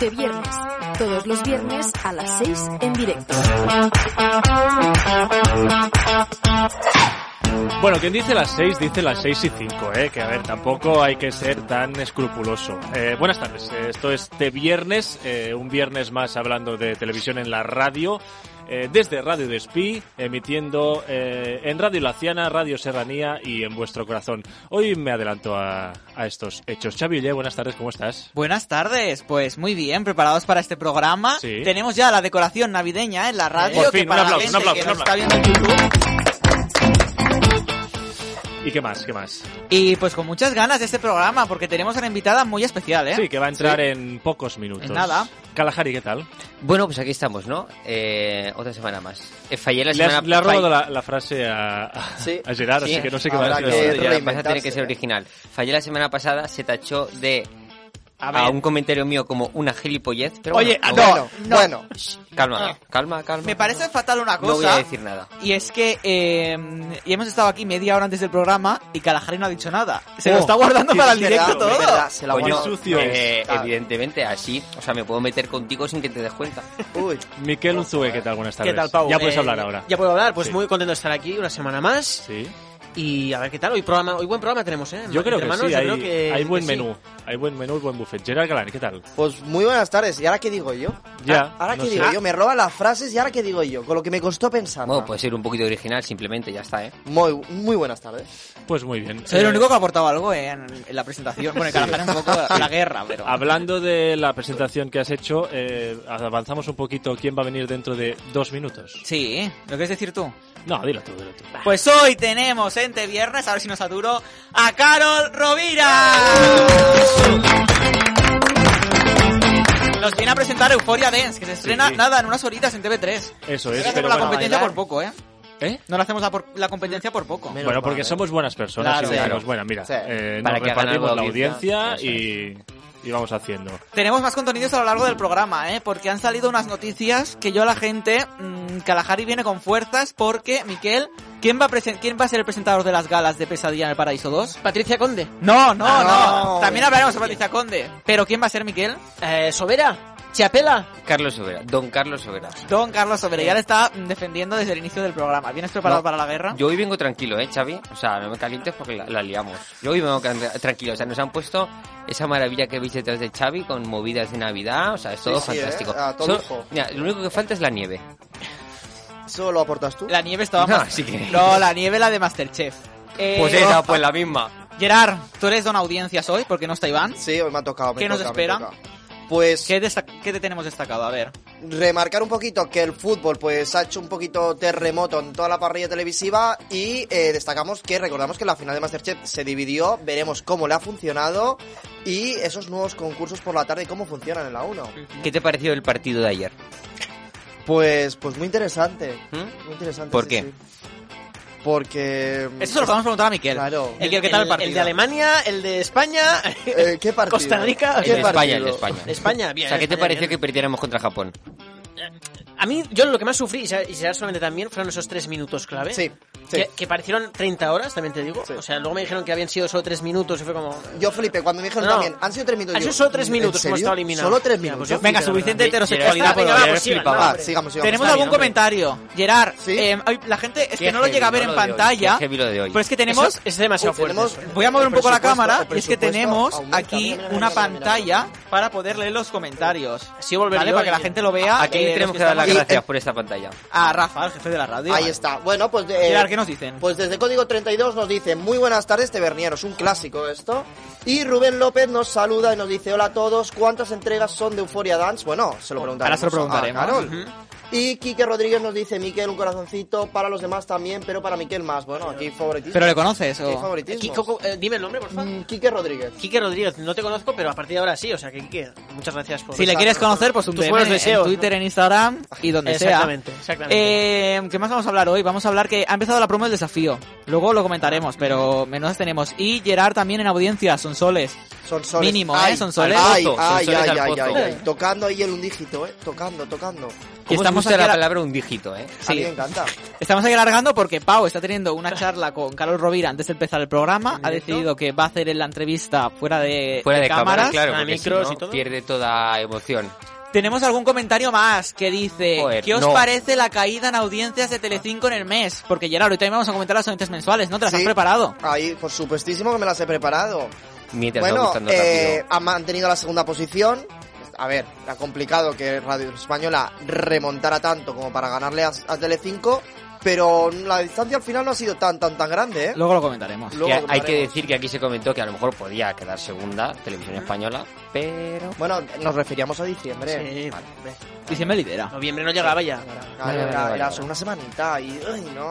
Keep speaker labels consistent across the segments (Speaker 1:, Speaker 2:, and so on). Speaker 1: De viernes. Todos los viernes a las 6 en directo.
Speaker 2: Bueno, quien dice las 6, dice las 6 y 5, ¿eh? que a ver, tampoco hay que ser tan escrupuloso. Eh, buenas tardes, eh, esto es este viernes, eh, un viernes más hablando de televisión en la radio, eh, desde Radio Despí, emitiendo eh, en Radio Laciana, Radio Serranía y en vuestro corazón. Hoy me adelanto a, a estos hechos. Xavi Ullé, buenas tardes, ¿cómo estás?
Speaker 3: Buenas tardes, pues muy bien, preparados para este programa.
Speaker 2: Sí.
Speaker 3: Tenemos ya la decoración navideña en la radio.
Speaker 2: Por fin,
Speaker 3: que para
Speaker 2: un aplauso,
Speaker 3: la gente
Speaker 2: un aplauso,
Speaker 3: que
Speaker 2: un
Speaker 3: nos está viendo en YouTube.
Speaker 2: ¿Y qué más? ¿Qué más?
Speaker 3: Y pues con muchas ganas de este programa, porque tenemos a una invitada muy especial, ¿eh?
Speaker 2: Sí, que va a entrar
Speaker 3: Sí.
Speaker 2: en pocos minutos.
Speaker 3: En nada.
Speaker 2: Kalahari, ¿qué tal?
Speaker 4: Bueno, pues aquí estamos, ¿no? Eh, otra semana más. Eh, fallé la
Speaker 2: Le
Speaker 4: semana
Speaker 2: has, le has
Speaker 4: fallé-
Speaker 2: robado la, la frase a, a-
Speaker 4: Sí.
Speaker 2: a Gerard,
Speaker 4: Sí.
Speaker 2: así que no sé qué va
Speaker 5: Habrá
Speaker 2: a decir.
Speaker 5: que
Speaker 2: ahora.
Speaker 4: Sí, ya vas a tener
Speaker 5: reinventarse,
Speaker 4: que ser
Speaker 5: ¿eh?
Speaker 4: original. Fallé la semana pasada, se tachó de
Speaker 3: A
Speaker 4: a,
Speaker 3: ver.
Speaker 4: un comentario mío como una gilipollez. Pero
Speaker 3: Oye,
Speaker 5: ah,
Speaker 4: bueno,
Speaker 3: no,
Speaker 5: bueno,
Speaker 3: no.
Speaker 5: bueno.
Speaker 4: shh, calma, calma, calma.
Speaker 3: Me parece fatal una cosa.
Speaker 4: No voy a decir nada.
Speaker 3: Y es que eh, y hemos estado aquí media hora antes del programa y Kalahari no ha dicho nada. Se
Speaker 2: Oh,
Speaker 3: lo está guardando
Speaker 2: sí,
Speaker 3: para
Speaker 2: es
Speaker 3: el
Speaker 2: verdad,
Speaker 3: directo
Speaker 2: es
Speaker 3: todo.
Speaker 5: verdad, se la
Speaker 4: Coño,
Speaker 5: guardo.
Speaker 2: Qué sucio
Speaker 4: eh,
Speaker 5: es. Claro.
Speaker 4: evidentemente, así, o sea, me puedo meter contigo sin que te des cuenta.
Speaker 5: Uy,
Speaker 2: Miquel Unzue, ¿qué tal? Buenas
Speaker 6: ¿Qué
Speaker 2: tardes.
Speaker 6: tal, Pau?
Speaker 2: Ya puedes
Speaker 6: Eh,
Speaker 2: hablar ahora.
Speaker 6: Ya puedo hablar, pues
Speaker 2: Sí.
Speaker 6: muy contento de estar aquí una semana más.
Speaker 2: Sí.
Speaker 6: Y a ver qué tal, hoy programa, hoy buen programa tenemos, ¿eh?
Speaker 2: Yo creo que
Speaker 6: Hermanos,
Speaker 2: sí,
Speaker 6: yo
Speaker 2: hay,
Speaker 6: creo que-
Speaker 2: hay buen
Speaker 6: que sí.
Speaker 2: menú. Hay buen menú y buen buffet. Gerard Galán, ¿qué tal?
Speaker 5: pues muy buenas tardes. ¿Y ahora qué digo yo?
Speaker 2: Ya,
Speaker 5: Ah, ¿Ahora
Speaker 2: no
Speaker 5: qué
Speaker 2: sé.
Speaker 5: digo yo? Me roban las frases y ahora qué digo yo, con lo que me costó pensar.
Speaker 4: Bueno,
Speaker 3: pues.
Speaker 4: puede ser un poquito original, simplemente, ya está, ¿eh?
Speaker 5: Muy, muy buenas tardes.
Speaker 2: Pues muy bien.
Speaker 3: Soy
Speaker 2: Eh,
Speaker 3: el único que ha aportado algo eh, en, en la presentación. Bueno, y Kalahari un poco a la guerra, pero...
Speaker 2: Hablando de la presentación que has hecho, eh, avanzamos un poquito. ¿Quién va a venir dentro de dos minutos?
Speaker 3: Sí, ¿lo quieres decir tú?
Speaker 2: No, dilo tú, dilo tú.
Speaker 3: Pues hoy tenemos entre viernes, a ver si nos saturo, a Carol Rovira. Nos viene a presentar Euforia Dance, que se estrena
Speaker 2: Sí.
Speaker 3: nada en unas horitas en TV3.
Speaker 2: Eso
Speaker 3: No
Speaker 2: es,
Speaker 3: hacemos
Speaker 2: pero
Speaker 3: la
Speaker 2: bueno.
Speaker 3: competencia
Speaker 6: Bailar.
Speaker 3: por poco, ¿eh?
Speaker 2: ¿Eh?
Speaker 3: No le hacemos la, por- la competencia por poco.
Speaker 5: Menos
Speaker 2: Bueno,
Speaker 5: mal,
Speaker 2: porque
Speaker 5: ¿eh?
Speaker 2: somos buenas personas
Speaker 3: Claro,
Speaker 2: y decimos,
Speaker 5: claro.
Speaker 2: bueno, mira,
Speaker 5: Sí.
Speaker 2: eh,
Speaker 4: Para
Speaker 2: nos
Speaker 4: que hagan
Speaker 2: repartimos
Speaker 4: algo
Speaker 2: la
Speaker 4: de audiencia,
Speaker 2: audiencia y, y vamos haciendo.
Speaker 3: Tenemos más contenidos a lo largo del programa, ¿eh? Porque han salido unas noticias que yo a la gente... mm, Kalahari viene con fuerzas porque, Miquel, ¿quién va, a presen- ¿quién va a ser el presentador de las galas de Pesadilla en el Paraíso 2?
Speaker 6: Patricia Conde,
Speaker 3: No, no,
Speaker 5: Ah,
Speaker 3: no.
Speaker 5: no.
Speaker 3: También hablaremos de Patricia Conde. Pero ¿quién va a ser, Miquel?
Speaker 6: eh, Sobera, Chiapela.
Speaker 4: Carlos Sobera, don Carlos Sobera.
Speaker 3: Don Carlos Sobera ya le está mm, defendiendo desde el inicio del programa. ¿Vienes preparado
Speaker 4: No.
Speaker 3: para la guerra?
Speaker 4: Yo hoy vengo tranquilo, ¿eh, Xavi? O sea, no me calientes porque la, la liamos. Yo hoy vengo can- tranquilo. O sea, nos han puesto esa maravilla que veis detrás de Xavi con movidas de Navidad. O sea, es todo
Speaker 5: Sí, sí,
Speaker 4: fantástico.
Speaker 5: ¿eh? A todo
Speaker 4: Solo-
Speaker 5: lujo.
Speaker 4: mira, lo único que falta es la nieve.
Speaker 5: ¿Eso lo aportas tú?
Speaker 3: La nieve estaba
Speaker 4: No,
Speaker 3: más-
Speaker 4: así que-
Speaker 3: No, la nieve la de Masterchef. Eh,
Speaker 4: Pues esa, pues la misma.
Speaker 3: Gerard, tú eres don audiencias hoy porque no está Iván.
Speaker 5: Sí, hoy me ha tocado. me
Speaker 3: ¿Qué nos
Speaker 5: toca, me
Speaker 3: espera?
Speaker 5: toca. Pues
Speaker 3: ¿Qué, desta- qué te tenemos destacado? A ver.
Speaker 5: remarcar un poquito que el fútbol pues ha hecho un poquito terremoto en toda la parrilla televisiva y eh, destacamos que recordamos que la final de Masterchef se dividió, veremos cómo le ha funcionado y esos nuevos concursos por la tarde cómo funcionan en la 1.
Speaker 4: ¿Qué te pareció el partido de ayer?
Speaker 5: Pues pues muy interesante.
Speaker 4: ¿Mm?
Speaker 5: Muy interesante.
Speaker 4: ¿Por
Speaker 5: sí,
Speaker 4: qué?
Speaker 5: sí. Porque
Speaker 3: Eso se lo podemos preguntar a Miquel.
Speaker 5: Claro.
Speaker 3: Miquel, ¿qué tal el partido?
Speaker 6: de Alemania, el de España,
Speaker 5: eh, ¿Qué partido?
Speaker 6: Costa Rica,
Speaker 5: ¿Qué
Speaker 4: El de España,
Speaker 5: partido?
Speaker 4: el de España.
Speaker 6: de España, bien. ¿eh?
Speaker 4: O sea, ¿qué te
Speaker 6: España,
Speaker 4: pareció que
Speaker 6: bien.
Speaker 4: perdiéramos contra Japón?
Speaker 6: A mí, yo lo que más sufrí, y se- y será solamente también, fueron esos tres minutos clave.
Speaker 5: Sí, sí.
Speaker 6: Que, que parecieron 30 horas, también te digo.
Speaker 5: Sí.
Speaker 6: O sea, luego me dijeron que habían sido solo tres minutos y fue como...
Speaker 5: Yo flipé cuando me dijeron
Speaker 6: No.
Speaker 5: también, han sido tres minutos.
Speaker 6: Han
Speaker 5: yo,
Speaker 6: sido solo tres
Speaker 5: ¿en
Speaker 6: minutos, hemos
Speaker 5: serio?
Speaker 6: estado eliminados.
Speaker 5: Solo tres
Speaker 6: Ya, pues
Speaker 5: minutos.
Speaker 6: yo
Speaker 3: Venga,
Speaker 6: Sí,
Speaker 3: suficiente
Speaker 6: pero-
Speaker 3: heterosexualidad.
Speaker 6: Ya está,
Speaker 3: por
Speaker 6: venga,
Speaker 3: favor.
Speaker 6: vamos, sigan,
Speaker 5: Va,
Speaker 6: no, hombre.
Speaker 5: sigamos, sigamos.
Speaker 3: Tenemos
Speaker 6: Está
Speaker 3: algún
Speaker 6: bien, hombre.
Speaker 3: comentario. Gerard,
Speaker 5: Sí.
Speaker 3: eh, ay, la gente es
Speaker 6: Qué
Speaker 3: que no lo
Speaker 6: heavy,
Speaker 3: llega a ver
Speaker 6: no
Speaker 3: en
Speaker 6: lo de hoy.
Speaker 3: pantalla.
Speaker 4: Qué heavy lo de hoy.
Speaker 3: Pero es que tenemos
Speaker 6: Eso es demasiado
Speaker 5: Uy,
Speaker 6: fuerte.
Speaker 5: tenemos-
Speaker 6: eso, ¿eh?
Speaker 3: Voy a mover
Speaker 5: El
Speaker 3: un poco la
Speaker 5: presupuesto-
Speaker 3: cámara
Speaker 5: el
Speaker 3: y es que
Speaker 5: presupuesto
Speaker 3: tenemos
Speaker 5: aumenta.
Speaker 3: aquí
Speaker 5: Mira, mira, mira,
Speaker 3: una
Speaker 5: mira, mira.
Speaker 3: pantalla para poder leer los comentarios.
Speaker 6: Sí, volveré
Speaker 3: ¿Vale?
Speaker 6: yo
Speaker 3: Para que
Speaker 6: y-
Speaker 3: la gente lo vea.
Speaker 4: Aquí
Speaker 3: eh, los
Speaker 4: tenemos
Speaker 3: que
Speaker 4: que dar las
Speaker 3: estamos-
Speaker 5: Y-
Speaker 4: gracias por esta pantalla.
Speaker 3: A Rafa, el jefe de la radio.
Speaker 5: Ahí está. Bueno, pues eh,
Speaker 3: Gerard, ¿qué nos dicen?
Speaker 5: Pues desde Código 32 nos dice, muy buenas tardes, Tebernieros, un clásico esto. Y Rubén López nos saluda y nos dice, hola a todos, ¿cuántas entregas son de Euphoria Dance? Bueno, se lo preguntaremos.
Speaker 3: Ahora se lo preguntaremos.
Speaker 5: a Carol.
Speaker 3: Ujú.
Speaker 5: Y Quique Rodríguez nos dice, Miquel, un corazoncito para los demás también, pero para Miquel más. Bueno, aquí favoritismo.
Speaker 7: ¿Pero le conoces
Speaker 5: Aquí hay
Speaker 7: o...?
Speaker 5: favoritismos.
Speaker 6: Kiko, eh, dime el nombre, por favor.
Speaker 5: Mm, Quique Rodríguez.
Speaker 6: Quique Rodríguez, no te conozco, pero a partir de ahora sí, o sea que Quique, muchas gracias por...
Speaker 7: Si le
Speaker 5: ah,
Speaker 7: quieres conocer, pues un
Speaker 6: Tus
Speaker 7: DM
Speaker 6: buenos deseos,
Speaker 7: en Twitter, en Instagram y donde sea.
Speaker 6: Exactamente, exactamente.
Speaker 7: Eh, ¿Qué más vamos a hablar hoy? Vamos a hablar que ha empezado la promo del desafío. Luego lo comentaremos, pero menos tenemos. Y Gerard también en audiencia, son soles.
Speaker 5: Son soles.
Speaker 7: Mínimo, ¿eh?
Speaker 5: Ay,
Speaker 7: Son soles.
Speaker 5: Ay,
Speaker 4: Al pozo,
Speaker 5: ay,
Speaker 4: son soles
Speaker 5: ay,
Speaker 4: al
Speaker 5: ay,
Speaker 4: pozo.
Speaker 5: ay, ay. Tocando ahí el un dígito, ¿eh? Tocando, tocando.
Speaker 4: ¿Cómo
Speaker 7: estamos
Speaker 4: estamos a
Speaker 7: aquí a
Speaker 4: la
Speaker 7: la-
Speaker 4: palabra un dígito, eh?
Speaker 5: A mí
Speaker 7: Sí.
Speaker 5: me encanta.
Speaker 7: Estamos aquí alargando porque Pau está teniendo una charla con Carlos Rovira antes de empezar el programa. Ha decidido que va a hacer la entrevista fuera de,
Speaker 4: Fuera de cámara,
Speaker 7: cámaras.
Speaker 4: claro,
Speaker 6: ah,
Speaker 4: porque si
Speaker 6: micros
Speaker 4: no,
Speaker 6: y todo.
Speaker 4: pierde toda emoción.
Speaker 7: Tenemos algún comentario más que dice,
Speaker 4: Joder,
Speaker 7: ¿qué os
Speaker 4: no.
Speaker 7: parece la caída en audiencias de Telecinco en el mes? Porque Gerard, hoy también vamos a comentar las audiencias mensuales, ¿no? ¿Te las
Speaker 5: Sí.
Speaker 7: has preparado?
Speaker 5: Ahí, por supuestísimo que me las he preparado.
Speaker 4: Mientras va
Speaker 5: bueno,
Speaker 4: gustando
Speaker 5: eh, ha mantenido la segunda posición. A ver, ha complicado que Radio Española remontara tanto como para ganarle a, a Telecinco, pero la distancia al final no ha sido tan, tan, tan grande, ¿eh?
Speaker 7: Luego lo comentaremos.
Speaker 4: rápido.
Speaker 5: Luego
Speaker 4: Que hay
Speaker 5: hablaremos.
Speaker 4: que decir que aquí se comentó que a lo mejor podía quedar segunda televisión española, pero
Speaker 5: Bueno, nos referíamos a diciembre.
Speaker 6: Sí,
Speaker 7: Diciembre lidera.
Speaker 6: noviembre no llegaba ya.
Speaker 2: Pues
Speaker 5: Ah,
Speaker 4: Vale, vale,
Speaker 5: era-
Speaker 4: vale,
Speaker 5: era
Speaker 4: vale.
Speaker 5: solo una semanita y... ¡Ay, no!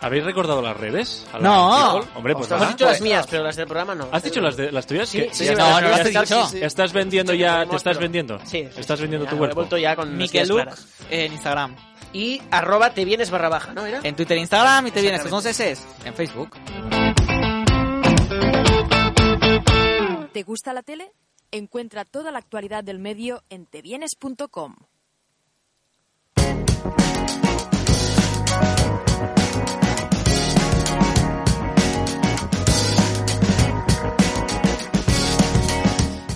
Speaker 2: ¿Habéis recordado las redes? ¿A la
Speaker 7: No.
Speaker 2: People? Hombre, pues
Speaker 5: Ostras,
Speaker 2: nada.
Speaker 6: Has dicho las mías, pero las del programa no.
Speaker 2: ¿Has dicho las, de, las tuyas?
Speaker 6: Sí,
Speaker 2: ¿Qué?
Speaker 6: sí,
Speaker 2: ¿Ya
Speaker 6: sí,
Speaker 2: estás-
Speaker 7: No, no
Speaker 2: ya
Speaker 7: las he
Speaker 2: estás-
Speaker 7: dicho.
Speaker 2: ya estás vendiendo
Speaker 6: Sí,
Speaker 2: ya,
Speaker 6: tenemos,
Speaker 2: te estás
Speaker 6: pero-
Speaker 2: vendiendo.
Speaker 6: Sí, sí,
Speaker 2: Estás
Speaker 6: sí,
Speaker 2: vendiendo
Speaker 6: ya,
Speaker 2: tu
Speaker 6: he
Speaker 2: cuerpo.
Speaker 6: vuelto ya con las
Speaker 7: Miquel
Speaker 6: ideas
Speaker 7: Luc
Speaker 6: claras.
Speaker 7: en Instagram.
Speaker 6: Y arroba te vienes barra baja, ¿no era?
Speaker 7: En Twitter, e Instagram y te vienes.
Speaker 6: Exactamente.
Speaker 7: Entonces es en Facebook.
Speaker 8: ¿Te gusta la tele? Encuentra toda la actualidad del medio en tevienes.com.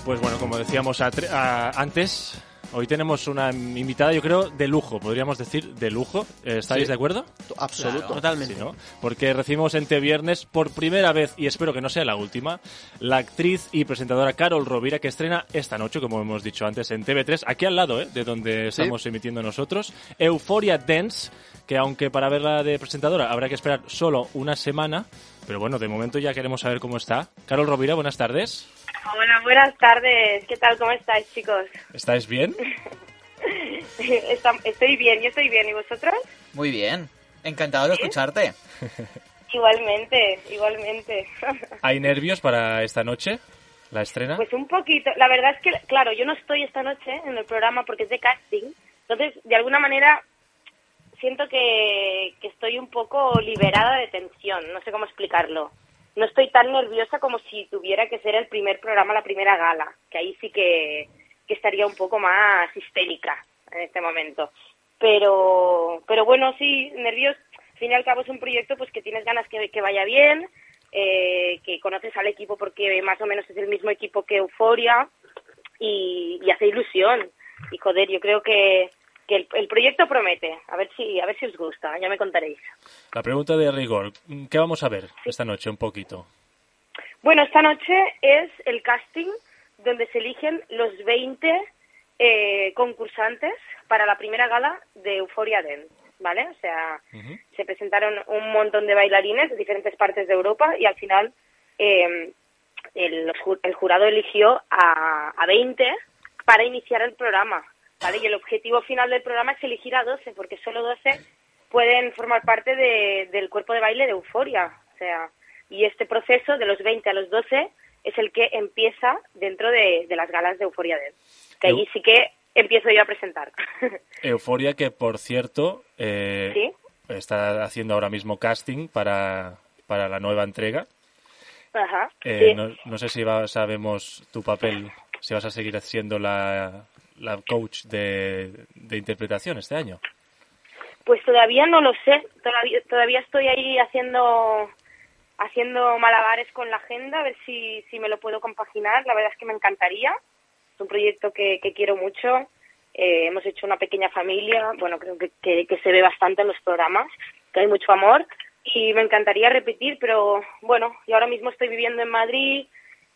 Speaker 2: Pues bueno, como decíamos atre- a- antes, hoy tenemos una invitada, yo creo, de lujo, podríamos decir de lujo. Eh, ¿Estáis de acuerdo?
Speaker 5: Absoluto.
Speaker 6: Totalmente.
Speaker 2: Sí, ¿no? Porque recibimos este viernes por primera vez, y espero que no sea la última, la actriz y presentadora Carol Rovira, que estrena esta noche, como hemos dicho antes, en TV3, aquí al lado, ¿eh? de donde estamos emitiendo nosotros, Euphoria Dance, que aunque para verla de presentadora habrá que esperar solo una semana, pero bueno, de momento ya queremos saber cómo está. Carol Rovira, buenas tardes.
Speaker 9: Hola, buenas tardes. ¿Qué tal? ¿Cómo estáis, chicos?
Speaker 2: ¿Estáis bien?
Speaker 9: Estam- Estoy bien, yo estoy bien. ¿Y vosotros?
Speaker 7: Muy bien. Encantado de escucharte.
Speaker 9: Igualmente, igualmente.
Speaker 2: ¿Hay nervios para esta noche? ¿La estrena?
Speaker 9: Pues un poquito. La verdad es que, claro, yo no estoy esta noche en el programa porque es de casting. Entonces, de alguna manera, siento que, que estoy un poco liberada de tensión. No sé cómo explicarlo. No estoy tan nerviosa como si tuviera que ser el primer programa, la primera gala. Que ahí sí que, que estaría un poco más histérica en este momento. Pero, pero bueno, sí, nervios. Al fin y al cabo es un proyecto pues que tienes ganas que, que vaya bien, eh, que conoces al equipo porque más o menos es el mismo equipo que Euforia y, y hace ilusión. Y joder, yo creo que, que el, el proyecto promete. A ver si a ver si os gusta, ya me contaréis.
Speaker 2: La pregunta de rigor, ¿qué vamos a ver esta noche un poquito?
Speaker 9: Bueno, esta noche es el casting donde se eligen los 20 eh, concursantes para la primera gala de Euphoria Den, ¿vale? O sea, se presentaron un montón de bailarines de diferentes partes de Europa y al final eh, el, los ju- el jurado eligió a, a 20 para iniciar el programa, ¿vale? Y el objetivo final del programa es elegir a 12, porque solo 12 pueden formar parte de- del cuerpo de baile de Euforia, o sea, y este proceso de los 20 a los 12 es el que empieza dentro de, de las galas de Euforia Dance, que ahí
Speaker 2: Eu-
Speaker 9: sí que empiezo yo a presentar.
Speaker 2: Euforia, que por cierto, eh,
Speaker 9: ¿Sí?
Speaker 2: está haciendo ahora mismo casting para, para la nueva entrega.
Speaker 9: Ajá.
Speaker 2: Eh,
Speaker 9: sí.
Speaker 2: no, no sé si va- sabemos tu papel, si vas a seguir siendo la, la coach de, de interpretación este año.
Speaker 9: Pues todavía no lo sé, todavía, todavía estoy ahí haciendo haciendo malabares con la agenda, a ver si, si me lo puedo compaginar, la verdad es que me encantaría, es un proyecto que, que quiero mucho, Eh, hemos hecho una pequeña familia, bueno, creo que, que- que se ve bastante en los programas, que hay mucho amor y me encantaría repetir, pero bueno, yo ahora mismo estoy viviendo en Madrid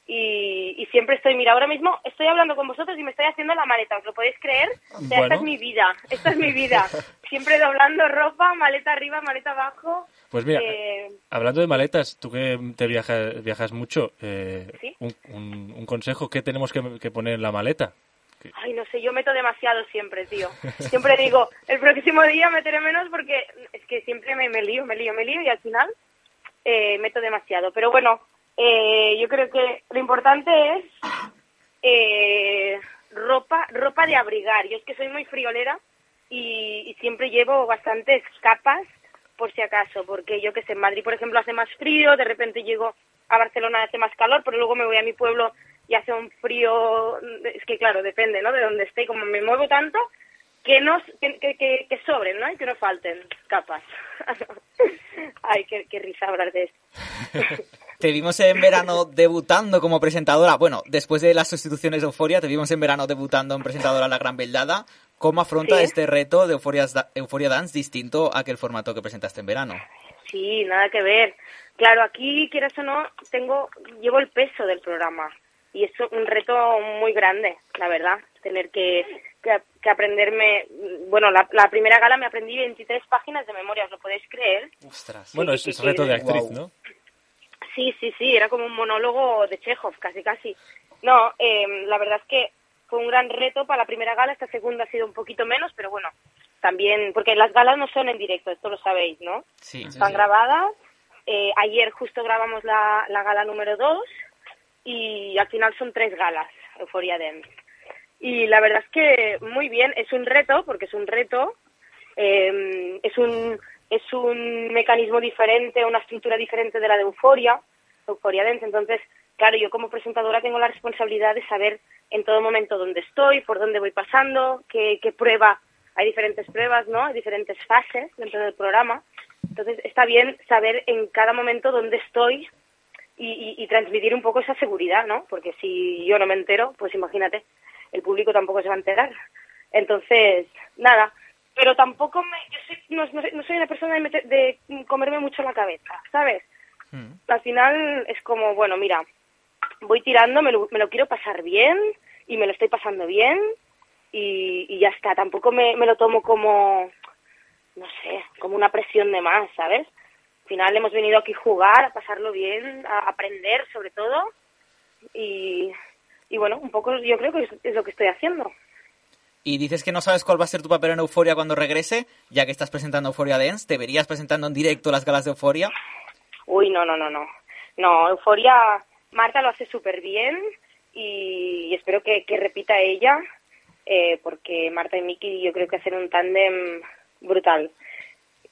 Speaker 9: y, y siempre estoy, mira, ahora mismo estoy hablando con vosotros y me estoy haciendo la maleta, ¿os lo podéis creer? O sea,
Speaker 2: Bueno.
Speaker 9: esta es mi vida, esta es mi vida. Siempre doblando ropa, maleta arriba, maleta abajo.
Speaker 2: Pues mira,
Speaker 9: Eh,
Speaker 2: hablando de maletas, tú que te viajas, viajas mucho, eh,
Speaker 9: Sí.
Speaker 2: un, un- un consejo, ¿qué tenemos que, que poner en la maleta?
Speaker 9: Ay, no sé, yo meto demasiado siempre, tío. Siempre digo, el próximo día meteré menos porque es que siempre me, me lío, me lío, me lío y al final eh, meto demasiado. Pero bueno, eh, yo creo que lo importante es eh, ropa, ropa de abrigar. Yo es que soy muy friolera y, y siempre llevo bastantes capas por si acaso, porque yo que sé, en Madrid, por ejemplo, hace más frío, de repente llego a Barcelona hace más calor, pero luego me voy a mi pueblo y hace un frío, es que claro, depende, ¿no? De donde esté, como me muevo tanto, que no, que, que, que- que sobren, ¿no? Y que no falten capas. Ay, qué, qué risa hablar de esto.
Speaker 7: Te vimos en verano debutando como presentadora. Bueno, después de las sustituciones de Euforia, te vimos en verano debutando en presentadora La Gran Beldada. ¿Cómo afronta
Speaker 9: Sí.
Speaker 7: este reto de Euforia's Da- Euphoria Dance distinto a aquel formato que presentaste en verano?
Speaker 9: Sí, nada que ver. Claro, aquí, quieras o no, tengo, llevo el peso del programa. Y es un reto muy grande, la verdad. Tener que, que- que aprenderme. Bueno, la, la primera gala me aprendí 23 páginas de memoria, ¿os lo podéis creer?
Speaker 7: Ostras.
Speaker 2: Bueno, es, es reto de actriz, ¿no?
Speaker 9: Sí, sí, sí, era como un monólogo de Chekhov, casi, casi. No, eh, la verdad es que fue un gran reto para la primera gala, esta segunda ha sido un poquito menos, pero bueno, también, porque las galas no son en directo, esto lo sabéis, ¿no?
Speaker 7: Sí.
Speaker 9: Están grabadas. Eh, ayer justo grabamos la, la gala número 2 y al final son tres galas, Euphoria Dance. Y la verdad es que muy bien, es un reto, porque es un reto, eh, es, un, es un mecanismo diferente, una estructura diferente de la de Euforia, Euforia Dance. Entonces, claro, yo como presentadora tengo la responsabilidad de saber en todo momento dónde estoy, por dónde voy pasando, qué, qué prueba. Hay diferentes pruebas, ¿no? Hay diferentes fases dentro del programa. Entonces, está bien saber en cada momento dónde estoy y, y- y transmitir un poco esa seguridad, ¿no? Porque si yo no me entero, pues imagínate, el público tampoco se va a enterar. Entonces, nada, pero tampoco me, yo soy- no, no soy- no soy una persona de, meter- de comerme mucho la cabeza, ¿sabes? Al final es como, bueno, mira, voy tirando, me lo, me lo quiero pasar bien y me lo estoy pasando bien y, y ya está, tampoco me, me lo tomo como, no sé, como una presión de más, ¿sabes? Al final hemos venido aquí a jugar, a pasarlo bien, a aprender sobre todo y, y bueno, un poco yo creo que es- es lo que estoy haciendo.
Speaker 7: Y dices que no sabes cuál va a ser tu papel en Euforia cuando regrese, ya que estás presentando Euforia Dance, ¿te verías presentando en directo las galas de Euforia?
Speaker 9: Uy, no, no, no, no. No, Euforia, Marta lo hace súper bien y espero que, que repita ella, eh, porque Marta y Miki yo creo que hacen un tándem brutal.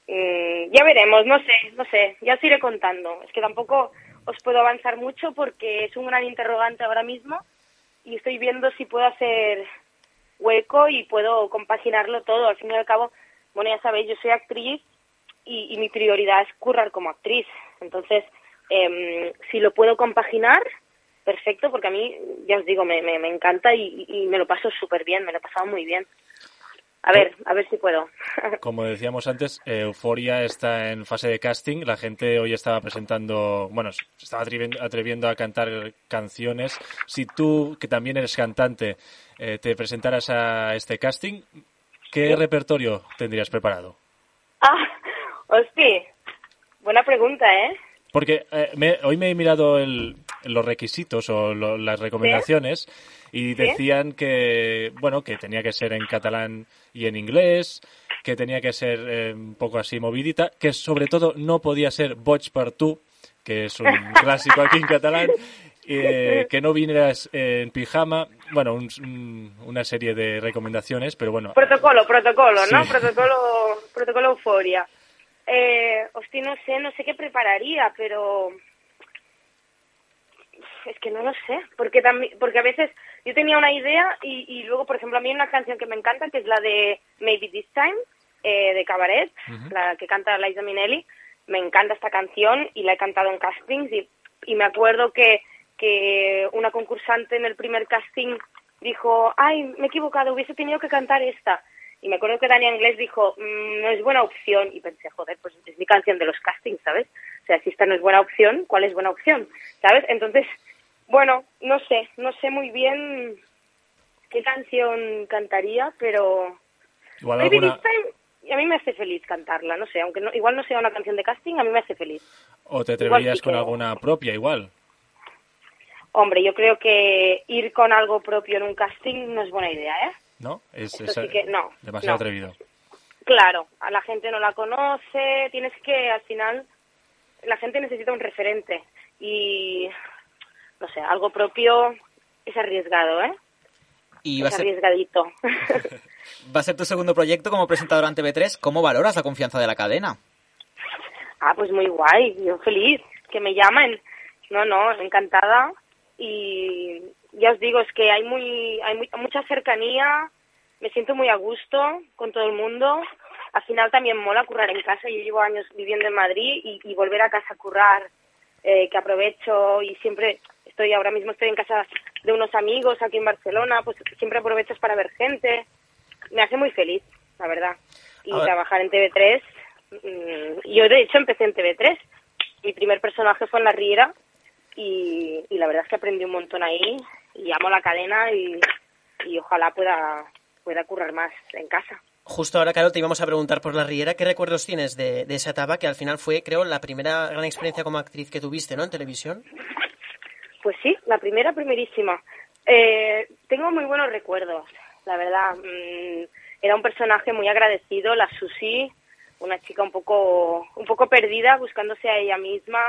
Speaker 9: Mm, ya veremos, no sé, no sé, ya os iré contando. Es que tampoco os puedo avanzar mucho porque es un gran interrogante ahora mismo y estoy viendo si puedo hacer hueco y puedo compaginarlo todo. Al fin y al cabo, bueno, ya sabéis, yo soy actriz y, y mi prioridad es currar como actriz. Entonces, em, si lo puedo compaginar, perfecto, porque a mí, ya os digo, me, me, me encanta y, y me lo paso súper bien, me lo he pasado muy bien. A ver, a ver si puedo.
Speaker 2: Como decíamos antes, Euforia está en fase de casting. La gente hoy estaba presentando, bueno, se estaba atreviendo, atreviendo a cantar canciones. Si tú, que también eres cantante, eh, te presentaras a este casting, ¿qué repertorio tendrías preparado?
Speaker 9: ah, hosti, buena pregunta, ¿eh?
Speaker 2: Porque eh, me- hoy me he mirado el- los requisitos o lo- las recomendaciones y decían que, bueno, que tenía que ser en catalán y en inglés, que tenía que ser eh, un poco así movidita, que sobre todo no podía ser Boig per tu, que es un clásico aquí en catalán, eh, que no vinieras en pijama, bueno, un- un- una serie de recomendaciones, pero bueno,
Speaker 9: Protocolo, protocolo, ¿no?
Speaker 2: Sí.
Speaker 9: Protocolo, protocolo euforia. Eh, hosti, no sé, no sé qué prepararía, pero es que no lo sé, porque también, porque a veces yo tenía una idea y, y luego, por ejemplo, a mí hay una canción que me encanta que es la de Maybe This Time eh, de Cabaret, la que canta Liza Minnelli. Me encanta esta canción y la he cantado en castings y, y me acuerdo que que una concursante en el primer casting dijo, ay, me he equivocado, hubiese tenido que cantar esta. Y me acuerdo que Dani Inglés dijo, "Mm, no es buena opción. Y pensé, joder, pues es mi canción de los castings, ¿sabes? O sea, si esta no es buena opción, ¿cuál es buena opción? ¿Sabes? Entonces, bueno, no sé, no sé muy bien qué canción cantaría, pero...
Speaker 2: igual
Speaker 9: Maybe
Speaker 2: alguna...
Speaker 9: This Time, a mí me hace feliz cantarla, no sé, aunque no, igual no sea una canción de casting, a mí me hace feliz.
Speaker 2: O te
Speaker 9: Igual
Speaker 2: atreverías
Speaker 9: sí
Speaker 2: con
Speaker 9: que-
Speaker 2: alguna propia, igual.
Speaker 9: Hombre, yo creo que ir con algo propio en un casting no es buena idea, ¿eh?
Speaker 2: ¿No? Es,
Speaker 9: Esto
Speaker 2: es,
Speaker 9: sí
Speaker 2: eh,
Speaker 9: que no,
Speaker 2: demasiado
Speaker 9: no.
Speaker 2: atrevido.
Speaker 9: Claro, a la gente no la conoce, tienes que, al final, la gente necesita un referente y, no sé, algo propio es arriesgado, ¿eh?
Speaker 7: Y va a,
Speaker 9: Es
Speaker 7: ser,
Speaker 9: arriesgadito.
Speaker 7: va a ser tu segundo proyecto como presentador ante B3. ¿Cómo valoras la confianza de la cadena?
Speaker 9: ah, pues muy guay, yo feliz, que me llamen. No, no, encantada. Y ya os digo, es que hay, muy, hay muy- mucha cercanía, me siento muy a gusto con todo el mundo. Al final también mola currar en casa, yo llevo años viviendo en Madrid y, y volver a casa a currar, eh, que aprovecho y siempre estoy, ahora mismo estoy en casa de unos amigos aquí en Barcelona, pues siempre aprovechas para ver gente. Me hace muy feliz, la verdad. Y
Speaker 7: A ver.
Speaker 9: trabajar en TV3, mm, yo de hecho empecé en TV3, mi primer personaje fue en La Riera y, y la verdad es que aprendí un montón ahí y amo la cadena y, y ojalá pueda, pueda currar más en casa.
Speaker 6: Justo ahora, Carol, te íbamos a preguntar por la Riera. ¿Qué recuerdos tienes de, de esa etapa que al final fue, creo, la primera gran experiencia como actriz que tuviste, ¿no? En televisión.
Speaker 9: Pues sí, la primera, primerísima. Eh, tengo muy buenos recuerdos, la verdad. Mm, era un personaje muy agradecido, la Susi, una chica un poco, un poco perdida, buscándose a ella misma,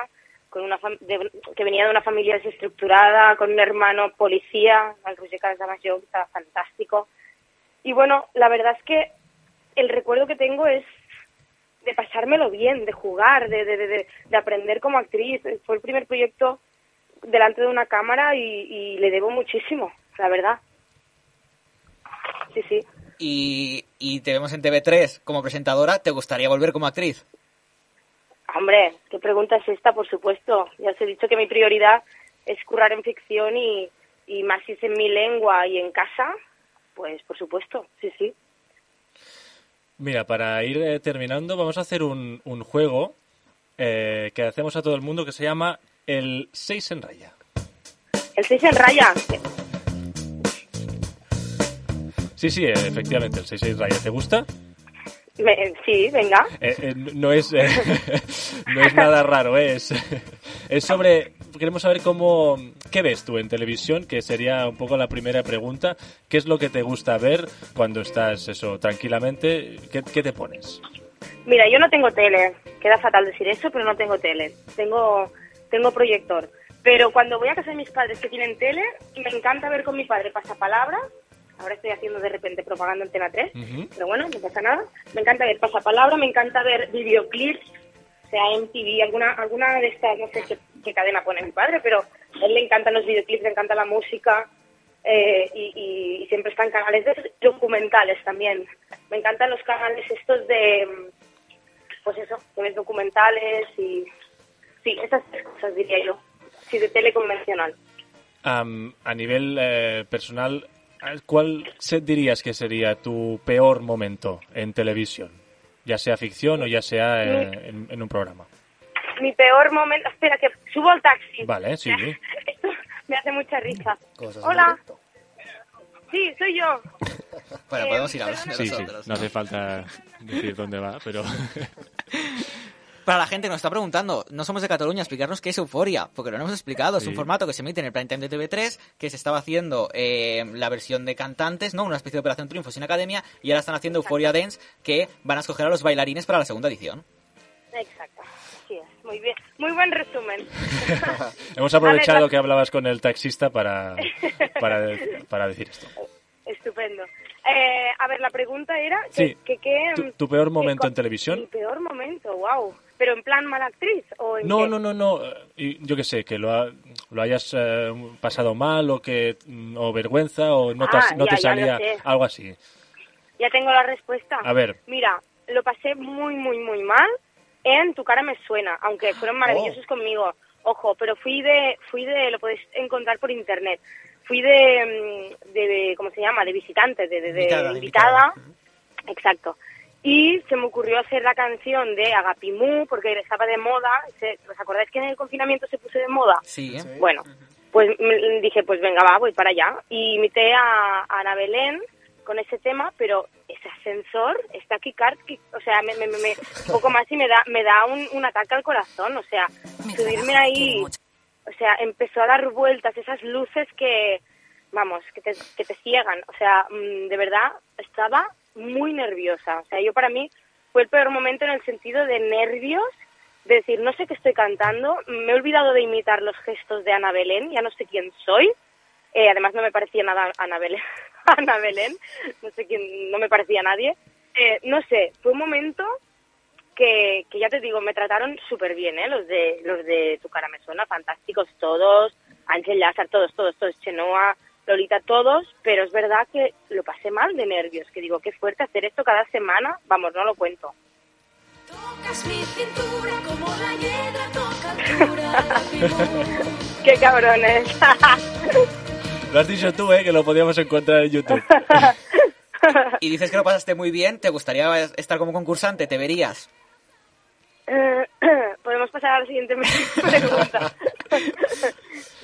Speaker 9: con una fam- de- que venía de una familia desestructurada, con un hermano policía, al Roger Casamasó, que estaba fantástico. Y bueno, la verdad es que el recuerdo que tengo es de pasármelo bien, de jugar, de, de, de- de- de aprender como actriz. Fue el primer proyecto delante de una cámara y, y le debo muchísimo, la verdad. Sí, sí.
Speaker 7: Y, y te vemos en TV3 como presentadora. ¿Te gustaría volver como actriz?
Speaker 9: Hombre, qué pregunta es esta, por supuesto. Ya os he dicho que mi prioridad es currar en ficción y, y más si es en mi lengua y en casa, pues por supuesto, sí, sí.
Speaker 2: Mira, para ir eh, terminando, vamos a hacer un, un juego eh, que hacemos a todo el mundo que se llama el 6 en raya.
Speaker 9: El 6 en raya.
Speaker 2: Sí, sí, eh, efectivamente, el 6 en raya. ¿Te gusta?
Speaker 9: Me- sí, venga.
Speaker 2: Eh, eh, no es eh, no es nada raro, eh, es es sobre queremos saber cómo qué ves tú en televisión, que sería un poco la primera pregunta, ¿qué es lo que te gusta ver cuando estás eso tranquilamente? ¿Qué, qué te pones?
Speaker 9: Mira, yo no tengo tele. Queda fatal decir eso, pero no tengo tele. Tengo, tengo proyector. Pero cuando voy a casa de mis padres que tienen tele, me encanta ver con mi padre pasapalabra. Ahora estoy haciendo de repente propaganda Antena 3,
Speaker 2: Ujú.
Speaker 9: pero bueno, no pasa nada. Me encanta ver pasapalabra, me encanta ver videoclips, o sea, MTV, alguna, alguna de estas, no sé qué, qué cadena pone mi padre, pero a él le encantan los videoclips, le encanta la música eh, y, y- y siempre están canales de documentales también. Me encantan los canales estos de, mm, pues eso, que ves documentales y... Sí, esas tres cosas diría yo. Sí, de tele convencional.
Speaker 2: Am, a nivel eh, personal, ¿cuál se- dirías que sería tu peor momento en televisión? Ya sea ficción o ya sea eh, en, en un programa.
Speaker 9: Mi peor momento... Espera, que subo al taxi.
Speaker 2: Vale, sí.
Speaker 9: Esto me hace mucha risa.
Speaker 5: Cosas en
Speaker 9: Hola.
Speaker 5: directo.
Speaker 9: Sí, soy yo.
Speaker 7: Bueno,
Speaker 9: Eh,
Speaker 7: podemos ir hablando
Speaker 9: perdona.
Speaker 2: Sí,
Speaker 7: de
Speaker 2: sí.
Speaker 7: nosotros.
Speaker 2: No hace falta decir dónde va, pero...
Speaker 7: Para la gente que nos está preguntando, no somos de Cataluña, explicarnos qué es Euforia, porque lo hemos explicado. Es un
Speaker 2: Sí.
Speaker 7: formato que se emite en el Prime Time de TV3, que se estaba haciendo eh, la versión de cantantes, ¿no? Una especie de Operación Triunfo sin academia, y ahora están haciendo Euforia Dance, que van a escoger a los bailarines para la segunda edición.
Speaker 9: Exacto. Así es. Muy bien. Muy buen resumen.
Speaker 2: Hemos aprovechado
Speaker 9: Vale,
Speaker 2: que hablabas con el taxista para, para, para decir esto.
Speaker 9: Estupendo. Eh, a ver, la pregunta era... que-
Speaker 2: Sí.
Speaker 9: que- que,
Speaker 2: ¿Tu-
Speaker 9: mm,
Speaker 2: tu peor
Speaker 9: que
Speaker 2: momento
Speaker 9: co-
Speaker 2: en televisión?
Speaker 9: Mi peor momento, wow. ¿Pero en plan mala actriz o en
Speaker 2: No,
Speaker 9: qué?
Speaker 2: no, no, no. eh, y Yo qué sé, que lo, ha- lo hayas eh, pasado mal o que mm, o vergüenza o no te, has-
Speaker 9: Ah,
Speaker 2: no
Speaker 9: ya,
Speaker 2: te
Speaker 9: ya lo
Speaker 2: salía
Speaker 9: sé.
Speaker 2: algo así.
Speaker 9: Ya tengo la respuesta.
Speaker 2: A ver.
Speaker 9: Mira, lo pasé muy, muy, muy mal. En tu cara me suena, aunque
Speaker 6: Oh.
Speaker 9: fueron maravillosos conmigo. Ojo, pero fui de, fui de, lo podéis encontrar por internet. Fui de, mm, de, de- ¿cómo se llama? De visitante, de, de- de
Speaker 6: Invitada, de
Speaker 9: invitada.
Speaker 6: invitada.
Speaker 9: Exacto. Y se me ocurrió hacer la canción de Agapimú, porque estaba de moda. Se- ¿Os acordáis que en el confinamiento se puso de moda?
Speaker 7: Sí, ¿eh?
Speaker 9: Bueno, pues mm, dije, pues venga, va, voy para allá. Y imité a, a Ana Belén con ese tema, pero ese ascensor está aquí, car- que- o sea, me, me, me- me- un poco más y me da, me da un, un ataque al corazón, o sea, subirme ahí o sea, empezó a dar vueltas, esas luces que, vamos, que te, que te ciegan. O sea, mm, de verdad, estaba muy nerviosa. O sea, yo para mí fue el peor momento en el sentido de nervios, de decir, no sé qué estoy cantando, me he olvidado de imitar los gestos de Ana Belén, ya no sé quién soy. Eh, además, no me parecía nada Ana Belén. Ana Belén, no sé quién, no me parecía a nadie. Eh, no sé, fue un momento que, que ya te digo, me trataron súper bien, ¿eh? Los de, los de Tu cara me suena, fantásticos todos, Ángel Lázaro, todos, todos, todos, Chenoa, Lolita, todos, pero es verdad que lo pasé mal de nervios, que digo, qué fuerte hacer esto cada semana, vamos, no lo cuento. Qué cabrones.
Speaker 2: Lo has dicho tú, ¿eh? Que lo podíamos encontrar en YouTube.
Speaker 6: Y dices que lo pasaste muy bien, ¿te gustaría estar como concursante? ¿Te verías?
Speaker 9: Eh, Podemos pasar a la siguiente pregunta.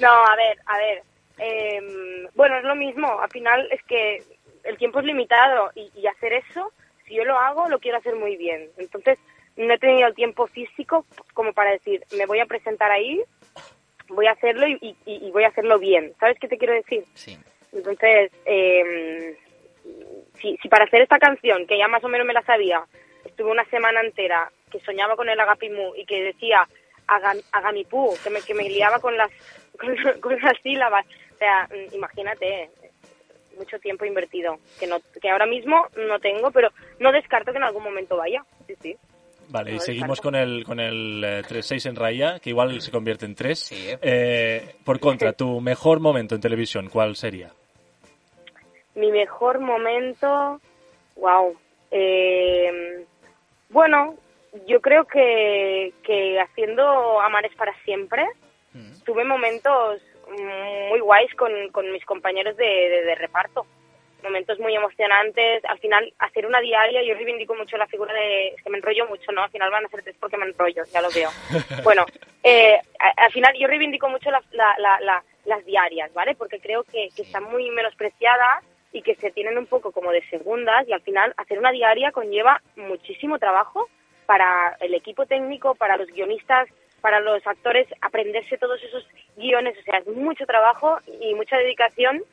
Speaker 9: no, a ver, a ver. Em, bueno, es lo mismo. Al final es que el tiempo es limitado y, y hacer eso, si yo lo hago, lo quiero hacer muy bien. Entonces, no he tenido el tiempo físico como para decir, me voy a presentar ahí, voy a hacerlo y, y- y voy a hacerlo bien. ¿Sabes qué te quiero decir?
Speaker 6: Sí.
Speaker 9: Entonces, eh, si, si para hacer esta canción, que ya más o menos me la sabía, estuve una semana entera que soñaba con el Agapimú y que decía Aga- Agamipú, que me, que me liaba con las, con, con las sílabas. O sea, mm, imagínate, eh, mucho tiempo invertido, que, no, que ahora mismo no tengo, pero no descarto que en algún momento vaya. Sí, sí.
Speaker 2: Vale, y
Speaker 9: Vale,
Speaker 2: seguimos
Speaker 9: vale.
Speaker 2: con el, con el eh, 3-6 en raya, que igual se convierte en 3.
Speaker 6: Sí, eh.
Speaker 2: por contra, tu mejor momento en televisión, ¿cuál sería?
Speaker 9: mi mejor momento, wow. bueno, yo creo que, que haciendo Amares para siempre, tuve momentos mm, muy guays con, con mis compañeros de, de- de reparto. Momentos muy emocionantes. Al final, hacer una diaria, yo reivindico mucho la figura de. Es que me enrollo mucho, ¿no? Al final van a ser tres porque me enrollo, ya lo veo. Bueno, eh, a- al final yo reivindico mucho la- la- la- la- las diarias, ¿vale? Porque creo que, que están muy menospreciadas y que se tienen un poco como de segundas y al final hacer una diaria conlleva muchísimo trabajo para el equipo técnico, para los guionistas, para los actores, aprenderse todos esos guiones, o sea, es mucho trabajo y mucha dedicación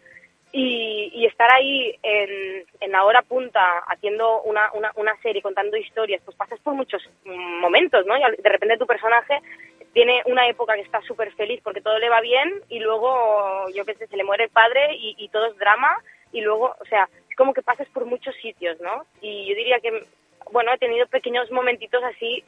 Speaker 9: y, y estar ahí en, en la hora punta haciendo una, una, una serie, contando historias, pues pasas por muchos mm, momentos, ¿no? Y al- de repente tu personaje tiene una época que está súper feliz porque todo le va bien y luego, yo qué sé, se le muere el padre y, y todo es drama y luego, o sea, es como que pasas por muchos sitios, ¿no? Y yo diría que, bueno, he tenido pequeños momentitos así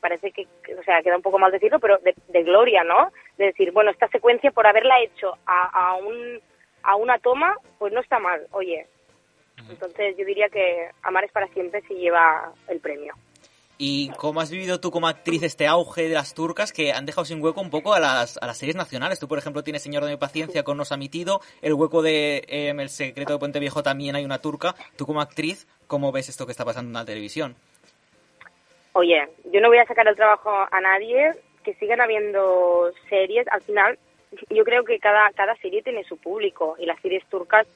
Speaker 9: parece que, que- o sea, queda un poco mal decirlo, pero de, de gloria, ¿no? De decir, bueno, esta secuencia por haberla hecho a, a, un, a una toma, pues no está mal, oye. Entonces yo diría que Amar es para siempre si lleva el premio.
Speaker 7: ¿Y cómo has vivido tú como actriz este auge de las turcas que han dejado sin hueco un poco a las, a las series nacionales? Tú, por ejemplo, tienes Señor de mi Paciencia con Nos ha mitido, el hueco de em, El Secreto de Puente Viejo también hay una turca. Tú como actriz, ¿cómo ves esto que está pasando en la televisión?
Speaker 9: Oye, yo no voy a sacar el trabajo a nadie, que sigan habiendo series. Al final, yo creo que cada, cada serie tiene su público y las series turcas,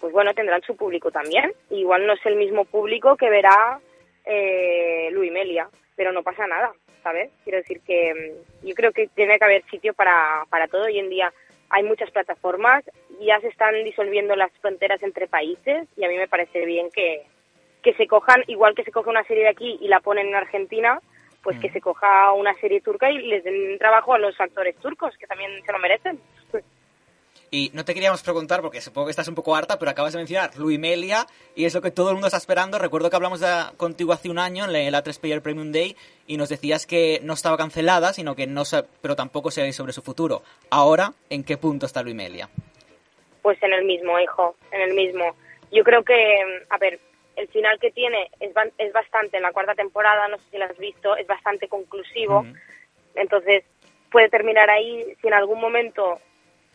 Speaker 9: pues bueno, tendrán su público también. Igual no es el mismo público que verá eh, Luimelia, pero no pasa nada, ¿sabes? Quiero decir que mm, yo creo que tiene que haber sitio para, para todo. Hoy en día hay muchas plataformas, ya se están disolviendo las fronteras entre países y a mí me parece bien que, que se cojan, igual que se coge una serie de aquí y la ponen en Argentina, pues que se coja una serie turca y les den trabajo a los actores turcos, que también se lo merecen.
Speaker 7: Y no te queríamos preguntar, porque supongo que estás un poco harta, pero acabas de mencionar Luimelia, y es lo que todo el mundo está esperando. Recuerdo que hablamos de- contigo hace un año en la- el A3 Player Premium Day, y nos decías que no estaba cancelada, sino que no sa- pero tampoco se sobre su futuro. Ahora, ¿en qué punto está Luimelia?
Speaker 9: Pues en el mismo, hijo, en el mismo. Yo creo que, a ver, el final que tiene es, ban- es bastante, en la cuarta temporada, no sé si la has visto, es bastante conclusivo. Entonces, puede terminar ahí. Si en algún momento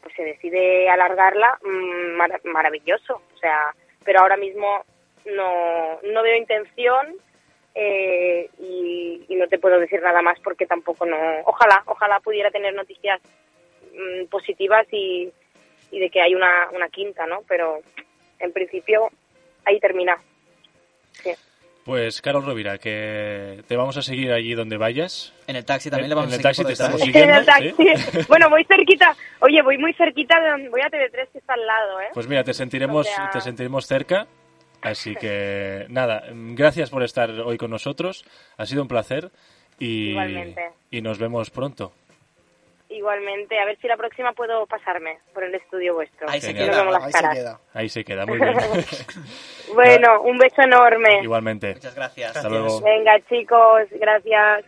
Speaker 9: pues se decide alargarla, mm, mara- maravilloso. O sea, pero ahora mismo no, no veo intención eh, y, y no te puedo decir nada más porque tampoco no. Ojalá, ojalá pudiera tener noticias mm, positivas y, y de que hay una, una quinta, ¿no? Pero en principio ahí termina. Sí.
Speaker 10: Pues, Carol Rovira, que te vamos a seguir allí donde vayas.
Speaker 7: En el taxi también
Speaker 10: En-
Speaker 7: le vamos
Speaker 10: en
Speaker 7: a
Speaker 10: el
Speaker 7: seguir
Speaker 10: taxi
Speaker 7: por detrás.
Speaker 10: te estamos
Speaker 9: En
Speaker 10: siguiendo.
Speaker 9: el taxi.
Speaker 10: ¿sí?
Speaker 9: Bueno, voy cerquita. Oye, voy muy cerquita. de- Voy a TV3 que está al lado, ¿eh?
Speaker 10: Pues mira, te sentiremos,
Speaker 9: O sea-
Speaker 10: te sentiremos cerca. Así que nada, mm, gracias por estar hoy con nosotros. Ha sido un placer y,
Speaker 9: Igualmente.
Speaker 10: y nos vemos pronto.
Speaker 9: Igualmente, a ver si la próxima puedo pasarme por el estudio vuestro.
Speaker 7: Ahí se
Speaker 9: Que no
Speaker 7: queda.
Speaker 9: vemos las
Speaker 5: Ahí se
Speaker 9: caras.
Speaker 5: queda.
Speaker 10: Ahí se queda, muy bien.
Speaker 9: Bueno, un beso enorme.
Speaker 10: Igualmente.
Speaker 7: Muchas gracias.
Speaker 10: Hasta luego.
Speaker 9: Venga, chicos, gracias.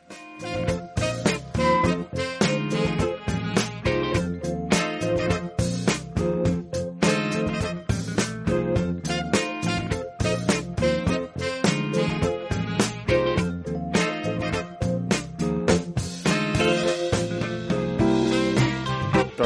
Speaker 4: Pro-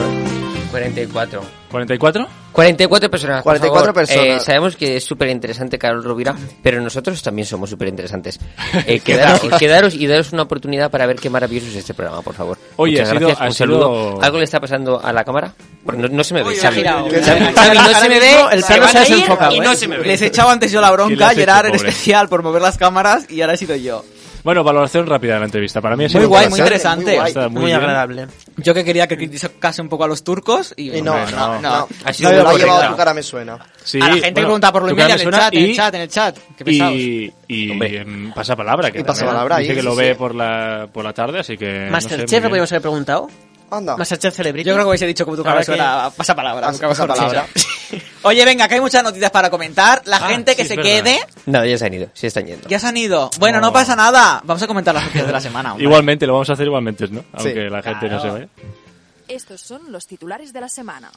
Speaker 4: 44.
Speaker 2: ¿44?
Speaker 4: 44 personas. por
Speaker 5: 44
Speaker 4: favor.
Speaker 5: personas.
Speaker 4: Eh, sabemos que es súper interesante Carol Rovira, pero nosotros también somos súper interesantes. Eh, quedaros, quedaros y daros una oportunidad para ver qué maravilloso es este programa, por favor.
Speaker 2: Oye,
Speaker 4: Muchas
Speaker 2: ha sido-
Speaker 4: gracias.
Speaker 2: ha
Speaker 4: Un
Speaker 2: sido-
Speaker 4: saludo. ¿Algo le está pasando a la cámara? Porque no, no se me ve.
Speaker 7: Uy,
Speaker 4: Xavi.
Speaker 7: ha girado.
Speaker 4: Xavi, Xavi, no se me ve.
Speaker 3: El plano
Speaker 4: van
Speaker 3: se ha
Speaker 4: a ir
Speaker 3: desenfocado,
Speaker 4: Y
Speaker 3: ¿eh?
Speaker 4: no se me ve.
Speaker 3: Les he echado antes yo la
Speaker 2: ¿Quién le
Speaker 3: bronca,
Speaker 2: has hecho,
Speaker 3: Gerard en
Speaker 2: pobre?
Speaker 3: especial, por mover las cámaras y ahora he sido yo.
Speaker 2: Bueno, valoración rápida de la entrevista. Para mí ha sido
Speaker 3: Muy
Speaker 2: un
Speaker 3: guay, muy
Speaker 2: placer.
Speaker 3: interesante.
Speaker 2: Ha estado
Speaker 6: Muy,
Speaker 2: muy bien.
Speaker 6: agradable.
Speaker 3: Yo que quería que criticase un poco a los turcos y...
Speaker 5: Y no,
Speaker 2: Hombre,
Speaker 5: no,
Speaker 2: no.
Speaker 5: no.
Speaker 4: Ha sido
Speaker 5: No,
Speaker 4: muy
Speaker 5: lo ha llevado
Speaker 4: correcta.
Speaker 5: tu cara, me suena.
Speaker 2: Sí,
Speaker 3: a la gente que
Speaker 2: bueno,
Speaker 3: preguntaba por lo
Speaker 2: tu cara
Speaker 3: en
Speaker 2: me
Speaker 3: el
Speaker 2: suena
Speaker 3: chat, en
Speaker 2: y-
Speaker 3: el chat, en el chat. Qué pesados.
Speaker 2: y, Eh, y
Speaker 4: Hombre.
Speaker 2: em, pasapalabra que
Speaker 5: Y
Speaker 2: también
Speaker 5: pasapalabra
Speaker 2: dice
Speaker 5: ahí,
Speaker 2: que lo
Speaker 5: sí,
Speaker 2: ve
Speaker 5: sí.
Speaker 2: por la por la tarde así que no sé, muy
Speaker 6: Masterchef
Speaker 2: bien.
Speaker 6: le podríamos haber preguntado.
Speaker 5: Anda.
Speaker 6: Masterchef Celebrity.
Speaker 3: Yo creo que hubiese dicho como tu
Speaker 6: Ahora
Speaker 3: cara
Speaker 6: que-
Speaker 3: suena, pasa palabra.
Speaker 5: Pas-
Speaker 3: nunca mejor
Speaker 5: pasapalabra.
Speaker 3: dicho. Oye, venga, que hay muchas noticias para comentar. La
Speaker 2: Ah,
Speaker 3: gente
Speaker 2: sí,
Speaker 3: que
Speaker 2: es
Speaker 3: se
Speaker 2: verdad.
Speaker 3: quede,
Speaker 4: No, ya se han ido. Sí, están yendo.
Speaker 3: ya se han ido. Bueno, no pasa nada. Vamos a comentar las noticias de la semana. hombre.
Speaker 2: igualmente lo vamos a hacer igualmente no
Speaker 5: Sí,
Speaker 2: aunque la gente no se ve
Speaker 8: Estos son los titulares de la semana.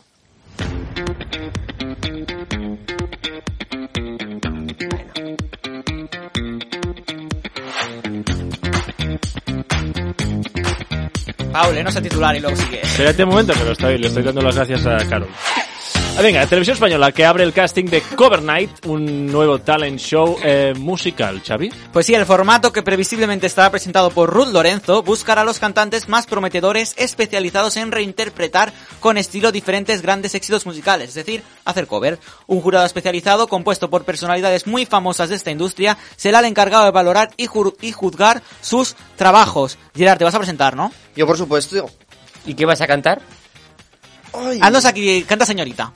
Speaker 3: Paul, lenos el titular y luego sigues.
Speaker 2: espérate un este momento que lo estoy le estoy dando las gracias a Carol Ah, Venga, Televisión Española que abre el casting de Cover Night, un nuevo talent show eh, musical, Xavi.
Speaker 3: Pues sí, el formato que previsiblemente estará presentado por Ruth Lorenzo buscará a los cantantes más prometedores especializados en reinterpretar con estilo diferentes grandes éxitos musicales, es decir, hacer cover. Un jurado especializado compuesto por personalidades muy famosas de esta industria será el encargado de valorar y, jur- y juzgar sus trabajos. Gerard, te vas a presentar, ¿no?
Speaker 5: Yo, por supuesto.
Speaker 4: ¿Y qué vas a cantar?
Speaker 5: Ay.
Speaker 3: Haznos aquí, canta señorita.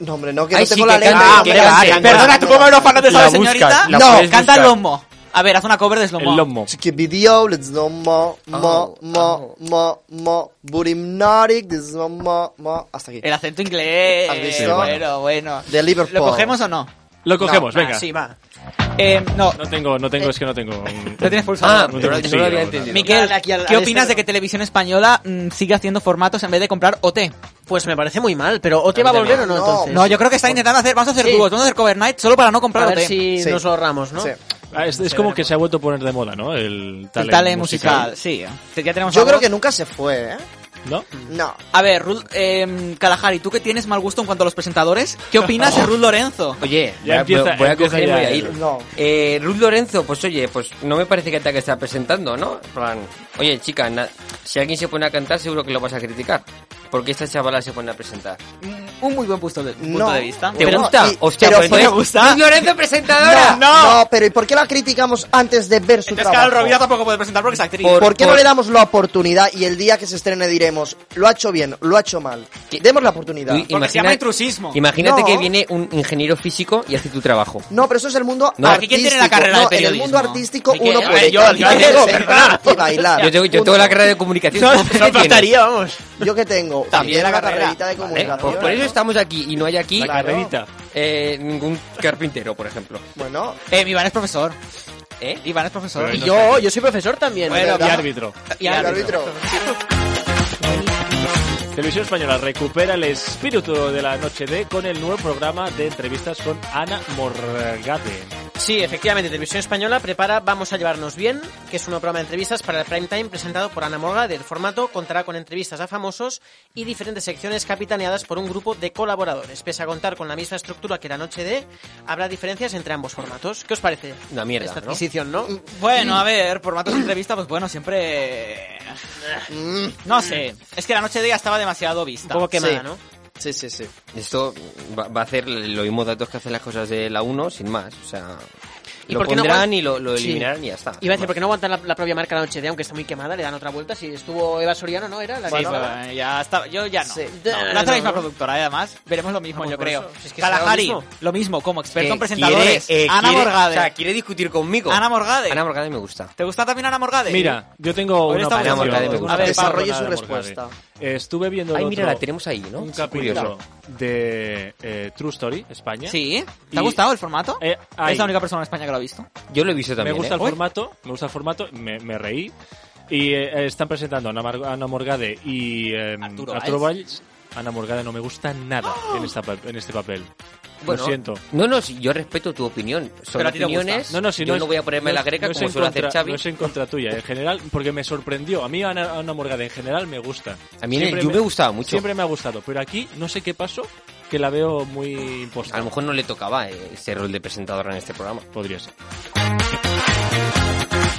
Speaker 5: No, hombre, no, que
Speaker 4: Ay,
Speaker 5: no tengo
Speaker 4: sí,
Speaker 5: la
Speaker 4: que
Speaker 5: letra.
Speaker 4: cante,
Speaker 5: Ah,
Speaker 4: que
Speaker 5: hombre,
Speaker 4: cante.
Speaker 5: vale,
Speaker 3: Perdona,
Speaker 5: no,
Speaker 3: ¿tú cómo
Speaker 5: no.
Speaker 3: no fanáticos
Speaker 4: La
Speaker 3: sabes,
Speaker 4: buscas,
Speaker 3: señorita?
Speaker 4: la
Speaker 3: No,
Speaker 4: puedes
Speaker 3: canta el
Speaker 4: buscar.
Speaker 3: lomo. A ver, haz una cover de
Speaker 2: El lomo.
Speaker 5: Chicky video, let's no mo, mo, mo, mo, mo, but hypnotic, this no mo, mo, hasta aquí.
Speaker 3: El acento inglés.
Speaker 5: ¿Has visto?
Speaker 3: Bueno, bueno.
Speaker 5: De Liverpool.
Speaker 3: ¿Lo cogemos o no?
Speaker 2: Lo cogemos,
Speaker 3: No,
Speaker 2: venga.
Speaker 3: ah, sí, va. Eh, no,
Speaker 2: No tengo, no tengo, es que no tengo.
Speaker 3: lo tienes
Speaker 4: Ah,
Speaker 3: pulsado.
Speaker 2: No
Speaker 4: no,
Speaker 2: te
Speaker 4: lo- no
Speaker 2: consigo,
Speaker 4: lo
Speaker 2: no.
Speaker 4: había entendido.
Speaker 3: Miquel,
Speaker 6: Dale aquí al-
Speaker 3: ¿qué
Speaker 6: al
Speaker 3: opinas de
Speaker 6: este.
Speaker 3: que Televisión Española mm, sigue haciendo formatos en vez de comprar OT?
Speaker 6: Pues me parece muy mal, pero ¿o te va a volver o no
Speaker 5: No,
Speaker 6: entonces?
Speaker 3: No, yo creo que está intentando hacer, vamos a hacer
Speaker 6: Sí.
Speaker 3: dúos, vamos a hacer cover night solo para no
Speaker 6: A
Speaker 3: comprar
Speaker 6: ver
Speaker 3: OT.
Speaker 6: si
Speaker 5: Sí.
Speaker 6: nos lo ahorramos, ¿no?
Speaker 5: Sí.
Speaker 2: Ah, es, es como que se ha vuelto a poner de moda, ¿no? El talent,
Speaker 3: El talent musical, sí. Te- Ya tenemos
Speaker 5: Yo
Speaker 3: algo.
Speaker 5: creo que nunca se fue, ¿eh?
Speaker 2: ¿No?
Speaker 5: No.
Speaker 3: A ver, Ruth, eh, Kalahari, tú que tienes mal gusto en cuanto a los presentadores, ¿qué opinas de Ruth Lorenzo?
Speaker 4: Oye,
Speaker 2: Ya
Speaker 4: voy a-
Speaker 2: empieza-
Speaker 4: voy a
Speaker 2: empieza
Speaker 4: coger y
Speaker 2: ya
Speaker 4: voy a
Speaker 2: el-
Speaker 4: ir.
Speaker 5: No.
Speaker 4: Eh, Ruth Lorenzo, pues oye, pues no me parece que te que está presentando, ¿no? En plan, oye, chica, na- si alguien se pone a cantar, seguro que lo vas a criticar. Porque esta chavala se pone a presentar.
Speaker 3: Mm, Un muy buen punto de, punto
Speaker 5: No.
Speaker 3: de vista.
Speaker 4: ¿Te
Speaker 5: Bueno,
Speaker 4: gusta?
Speaker 5: sí,
Speaker 4: Hostia,
Speaker 5: pero
Speaker 4: pues
Speaker 5: fue-
Speaker 4: entonces,
Speaker 3: ¿me gusta?
Speaker 4: Ruth Lorenzo presentadora.
Speaker 5: No, pero ¿y por qué la criticamos antes de ver su
Speaker 3: Entonces,
Speaker 5: trabajo?
Speaker 3: Carol Rovira tampoco puede presentar porque es actriz.
Speaker 4: Por-
Speaker 5: ¿Por qué no le damos la oportunidad y el día que se estrene diremos, lo ha hecho bien, lo ha hecho mal?
Speaker 4: ¿Qué?
Speaker 5: Demos la oportunidad.
Speaker 4: Uy,
Speaker 3: Porque se llama intrusismo.
Speaker 4: Imagínate
Speaker 5: No.
Speaker 4: que viene un ingeniero físico y hace tu trabajo.
Speaker 5: No, pero eso es el mundo
Speaker 4: No.
Speaker 5: artístico.
Speaker 3: Aquí, ¿quién tiene la carrera de
Speaker 5: No, en el mundo
Speaker 3: periodismo?
Speaker 5: artístico
Speaker 3: Miquel,
Speaker 5: uno
Speaker 3: a ver,
Speaker 5: puede
Speaker 3: yo- yo
Speaker 5: cantar,
Speaker 3: tengo,
Speaker 5: cantar y bailar.
Speaker 4: Yo tengo, yo tengo
Speaker 5: Punto.
Speaker 4: la carrera de comunicación.
Speaker 6: No,
Speaker 4: ¿Tú qué
Speaker 6: no
Speaker 4: tienes?
Speaker 6: faltaría, vamos.
Speaker 5: Yo que tengo
Speaker 3: También
Speaker 5: también la
Speaker 3: la carrera.
Speaker 5: carrerita de
Speaker 4: ¿Eh?
Speaker 5: comunicación.
Speaker 4: Por,
Speaker 2: pues,
Speaker 4: por eso estamos aquí y no hay aquí
Speaker 2: La carrerita.
Speaker 4: eh, ningún carpintero, por ejemplo.
Speaker 2: pues,
Speaker 5: Bueno,
Speaker 3: Eh, Iván es profesor.
Speaker 4: ¿Eh?
Speaker 3: Iván es profesor.
Speaker 2: Pero
Speaker 6: Y
Speaker 2: no
Speaker 6: yo, yo soy profesor también.
Speaker 5: Bueno,
Speaker 2: Y árbitro.
Speaker 3: Y
Speaker 5: el
Speaker 3: árbitro.
Speaker 5: árbitro.
Speaker 2: Televisión Española recupera el espíritu de la noche D con el nuevo programa de entrevistas con Ana Morgade.
Speaker 6: Sí, efectivamente, Televisión Española prepara Vamos a llevarnos bien, que es un programa de entrevistas para el prime time presentado por Ana Morga. Del formato contará con entrevistas a famosos y diferentes secciones capitaneadas por un grupo de colaboradores. Pese a contar con la misma estructura que la noche de, habrá diferencias entre ambos formatos. ¿Qué os parece?
Speaker 4: Una mierda,
Speaker 6: Esta
Speaker 4: ¿no?
Speaker 6: adquisición, ¿no?
Speaker 3: Bueno, a ver, formatos de entrevista, pues bueno, siempre... No sé, es que la noche de ella estaba demasiado
Speaker 6: Un
Speaker 3: vista.
Speaker 6: poco quemada,
Speaker 5: Sí.
Speaker 6: ¿no?
Speaker 5: Sí, sí, sí.
Speaker 4: Esto va, va a hacer los mismos datos que hacen las cosas de la 1, sin más. O sea, Lo
Speaker 6: por qué no
Speaker 4: pondrán
Speaker 6: aguant-
Speaker 4: y lo- lo eliminarán y ya está.
Speaker 6: Iba a decir, porque no aguantan la, la propia marca la noche de, aunque está muy quemada, le dan otra vuelta. Si estuvo Eva Soriano, ¿no? Era la
Speaker 3: Sí,
Speaker 6: que
Speaker 3: pero, eh, ya está, yo ya no.
Speaker 6: Sí.
Speaker 3: No, la otra
Speaker 6: No,
Speaker 3: misma
Speaker 6: no.
Speaker 3: productora, eh, además. Veremos lo mismo,
Speaker 6: Vamos
Speaker 3: yo
Speaker 6: por
Speaker 3: creo.
Speaker 6: eso. Si es que será lo
Speaker 3: Kalahari,
Speaker 6: mismo.
Speaker 3: lo mismo, como experto
Speaker 4: Que
Speaker 3: en presentadores.
Speaker 4: quiere, eh,
Speaker 3: Ana
Speaker 4: quiere-
Speaker 3: Morgade.
Speaker 4: O sea, quiere discutir conmigo.
Speaker 3: Ana Morgade.
Speaker 4: Ana Morgade me gusta.
Speaker 3: ¿Te gusta también Ana Morgade?
Speaker 2: Mira, yo tengo
Speaker 3: Hoy
Speaker 2: una
Speaker 3: estamos
Speaker 2: opinión.
Speaker 4: haciendo- Ana Morgade me
Speaker 2: Tengo
Speaker 4: gusta.
Speaker 2: una
Speaker 5: Desarrolle
Speaker 2: opinión
Speaker 5: su
Speaker 2: sobre Ana Morgade.
Speaker 5: respuesta.
Speaker 2: Eh, Estuve viendo
Speaker 4: Ay,
Speaker 2: el
Speaker 4: mira,
Speaker 2: otro-
Speaker 4: la tenemos ahí, ¿no?
Speaker 2: un
Speaker 4: Es curioso.
Speaker 2: capítulo de eh, True Story, España.
Speaker 3: Sí. ¿Te ha
Speaker 2: Y-
Speaker 3: gustado el formato?
Speaker 2: Eh, ahí.
Speaker 3: Es la única persona en España que lo ha visto.
Speaker 4: Yo lo he visto también.
Speaker 2: me gusta
Speaker 4: ¿eh?
Speaker 2: el formato, me gusta el formato, me, me reí. Y eh, están presentando a Ana, Mar- Ana Morgade y eh,
Speaker 3: Arturo
Speaker 2: Arturo,
Speaker 3: Valls.
Speaker 2: Valls. Ana Morgade no me gusta nada en, esta pa- en este papel.
Speaker 4: ¡Ah! Bueno,
Speaker 2: Lo siento.
Speaker 4: No, no, si yo respeto tu opinión. Son
Speaker 3: Pero a ti te gusta.
Speaker 4: opiniones.
Speaker 2: No, no, si
Speaker 4: yo
Speaker 2: no, es-
Speaker 4: no voy a ponerme
Speaker 2: no
Speaker 4: la
Speaker 2: es-
Speaker 4: greca
Speaker 2: no es
Speaker 4: como
Speaker 2: en
Speaker 4: suele hacer
Speaker 2: contra-
Speaker 4: Xavi.
Speaker 2: No es en contra tuya, en general, porque me sorprendió. A mí Ana, Ana Morgade en general me gusta.
Speaker 4: A mí en
Speaker 2: Siempre
Speaker 4: el You me gustaba mucho.
Speaker 2: Siempre me ha gustado, pero aquí no sé qué pasó, que la veo muy
Speaker 4: A
Speaker 2: impostada.
Speaker 4: lo mejor no le tocaba eh, ese rol de presentadora en este programa.
Speaker 2: Podría ser.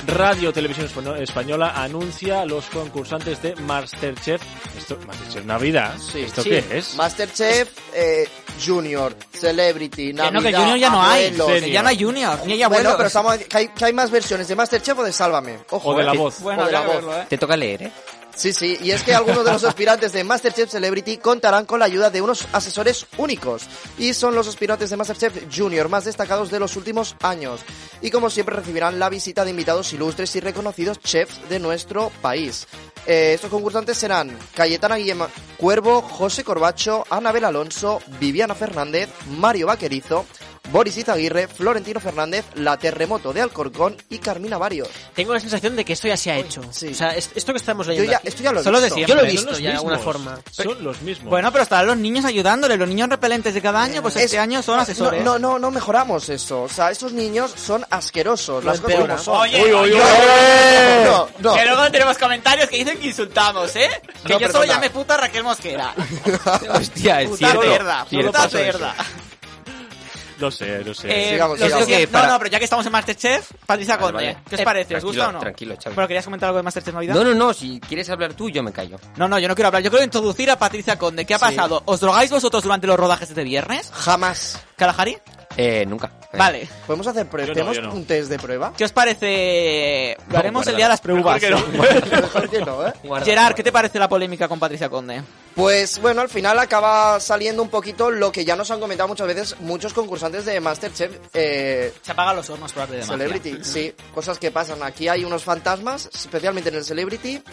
Speaker 2: Radio Televisión Espano- Española anuncia a los concursantes de Masterchef. Esto, Masterchef Navidad. ¿Esto
Speaker 5: Sí.
Speaker 2: qué es?
Speaker 5: Masterchef eh, Junior, Celebrity,
Speaker 3: Que
Speaker 5: Navidad,
Speaker 3: no, que Junior ya no hay.
Speaker 5: abuelos.
Speaker 2: Senior.
Speaker 3: Que ya no hay Junior, ni hay
Speaker 5: Bueno,
Speaker 3: abuelos.
Speaker 5: pero estamos, que, hay, que hay más versiones de Masterchef o de Sálvame. Ojo,
Speaker 2: o de
Speaker 5: eh.
Speaker 2: la voz.
Speaker 3: Bueno,
Speaker 5: o de
Speaker 3: habrá
Speaker 5: la
Speaker 3: que
Speaker 5: voz.
Speaker 3: verlo, ¿eh?
Speaker 4: Te toca leer, ¿eh?
Speaker 5: Sí, sí, y es que algunos de los aspirantes de Masterchef Celebrity contarán con la ayuda de unos asesores únicos y son los aspirantes de Masterchef Junior más destacados de los últimos años. Y como siempre recibirán la visita de invitados ilustres y reconocidos chefs de nuestro país. Eh, estos concursantes serán Cayetana Guillema Cuervo, José Corbacho, Anabel Alonso, Viviana Fernández, Mario Vaquerizo, Boris Izaguirre, Florentino Fernández, La Terremoto de Alcorcón y Carmina Barrios.
Speaker 6: Tengo la sensación de que esto ya se ha hecho.
Speaker 5: sí.
Speaker 6: O sea, es- esto que estamos
Speaker 5: Yo
Speaker 6: leyendo.
Speaker 5: ya,
Speaker 6: aquí-
Speaker 5: esto ya lo he
Speaker 3: Solo
Speaker 5: visto.
Speaker 3: decía-
Speaker 6: Yo lo he
Speaker 3: Son
Speaker 6: visto
Speaker 2: los
Speaker 6: ya de alguna
Speaker 2: mismos.
Speaker 6: forma.
Speaker 2: Son los mismos.
Speaker 3: Bueno, pero estarán los niños ayudándole. Los niños repelentes de cada año, pues
Speaker 5: Es-
Speaker 3: este año son asesores.
Speaker 5: No, no, no, no mejoramos eso. O sea, esos niños son asquerosos. Las cosas como
Speaker 3: empeoran.
Speaker 5: son.
Speaker 3: Oye,
Speaker 2: Uy, uy, uy.
Speaker 5: No, no.
Speaker 3: Que luego tenemos comentarios que dicen que insultamos, ¿eh? Que yo
Speaker 5: No, pero
Speaker 3: solo
Speaker 5: nada.
Speaker 3: llamé puta a Raquel Mosquera.
Speaker 4: Hostia, es
Speaker 3: puta
Speaker 4: cierto.
Speaker 3: mierda,
Speaker 4: Cierto.
Speaker 3: puta mierda.
Speaker 2: No sé, no sé.
Speaker 3: Eh,
Speaker 5: Sigamos,
Speaker 3: lo
Speaker 5: sigamos.
Speaker 3: que-
Speaker 4: Oye,
Speaker 3: no,
Speaker 4: para-
Speaker 3: no, pero ya que estamos en Masterchef, Patricia
Speaker 4: Vale,
Speaker 3: Conde,
Speaker 4: vale.
Speaker 3: ¿qué os
Speaker 4: Eh,
Speaker 3: parece? ¿Os
Speaker 4: tranquilo,
Speaker 3: gusta o no?
Speaker 4: tranquilo, Xavi.
Speaker 3: ¿Pero querías comentar algo de Masterchef Navidad?
Speaker 4: No, no, no, si quieres hablar tú, yo me callo.
Speaker 3: No, no, yo no quiero hablar. Yo quiero introducir a Patricia Conde. ¿Qué ha pasado? ¿Os drogáis vosotros durante los rodajes de este viernes?
Speaker 5: Jamás.
Speaker 3: ¿Kalahari?
Speaker 4: Eh, nunca. Eh,
Speaker 3: Vale.
Speaker 5: ¿Podemos hacer pruebas?
Speaker 2: Yo no,
Speaker 5: ¿Tenemos
Speaker 2: yo no.
Speaker 5: un test de prueba?
Speaker 3: ¿Qué os
Speaker 5: eh,
Speaker 3: parece? Lo
Speaker 4: No,
Speaker 3: haremos el
Speaker 4: guárdala.
Speaker 3: día de las pruebas.
Speaker 5: Mejor que no, ¿eh?
Speaker 4: guarda,
Speaker 3: Gerard,
Speaker 4: guarda.
Speaker 3: ¿qué te parece la polémica con Patricia Conde?
Speaker 5: Pues bueno, al final acaba saliendo un poquito lo que ya nos han comentado muchas veces muchos concursantes de Masterchef eh,
Speaker 3: Se apagan los hornos por arte de magia.
Speaker 5: Celebrity. Sí, cosas que pasan. Aquí hay unos fantasmas, especialmente en el Celebrity,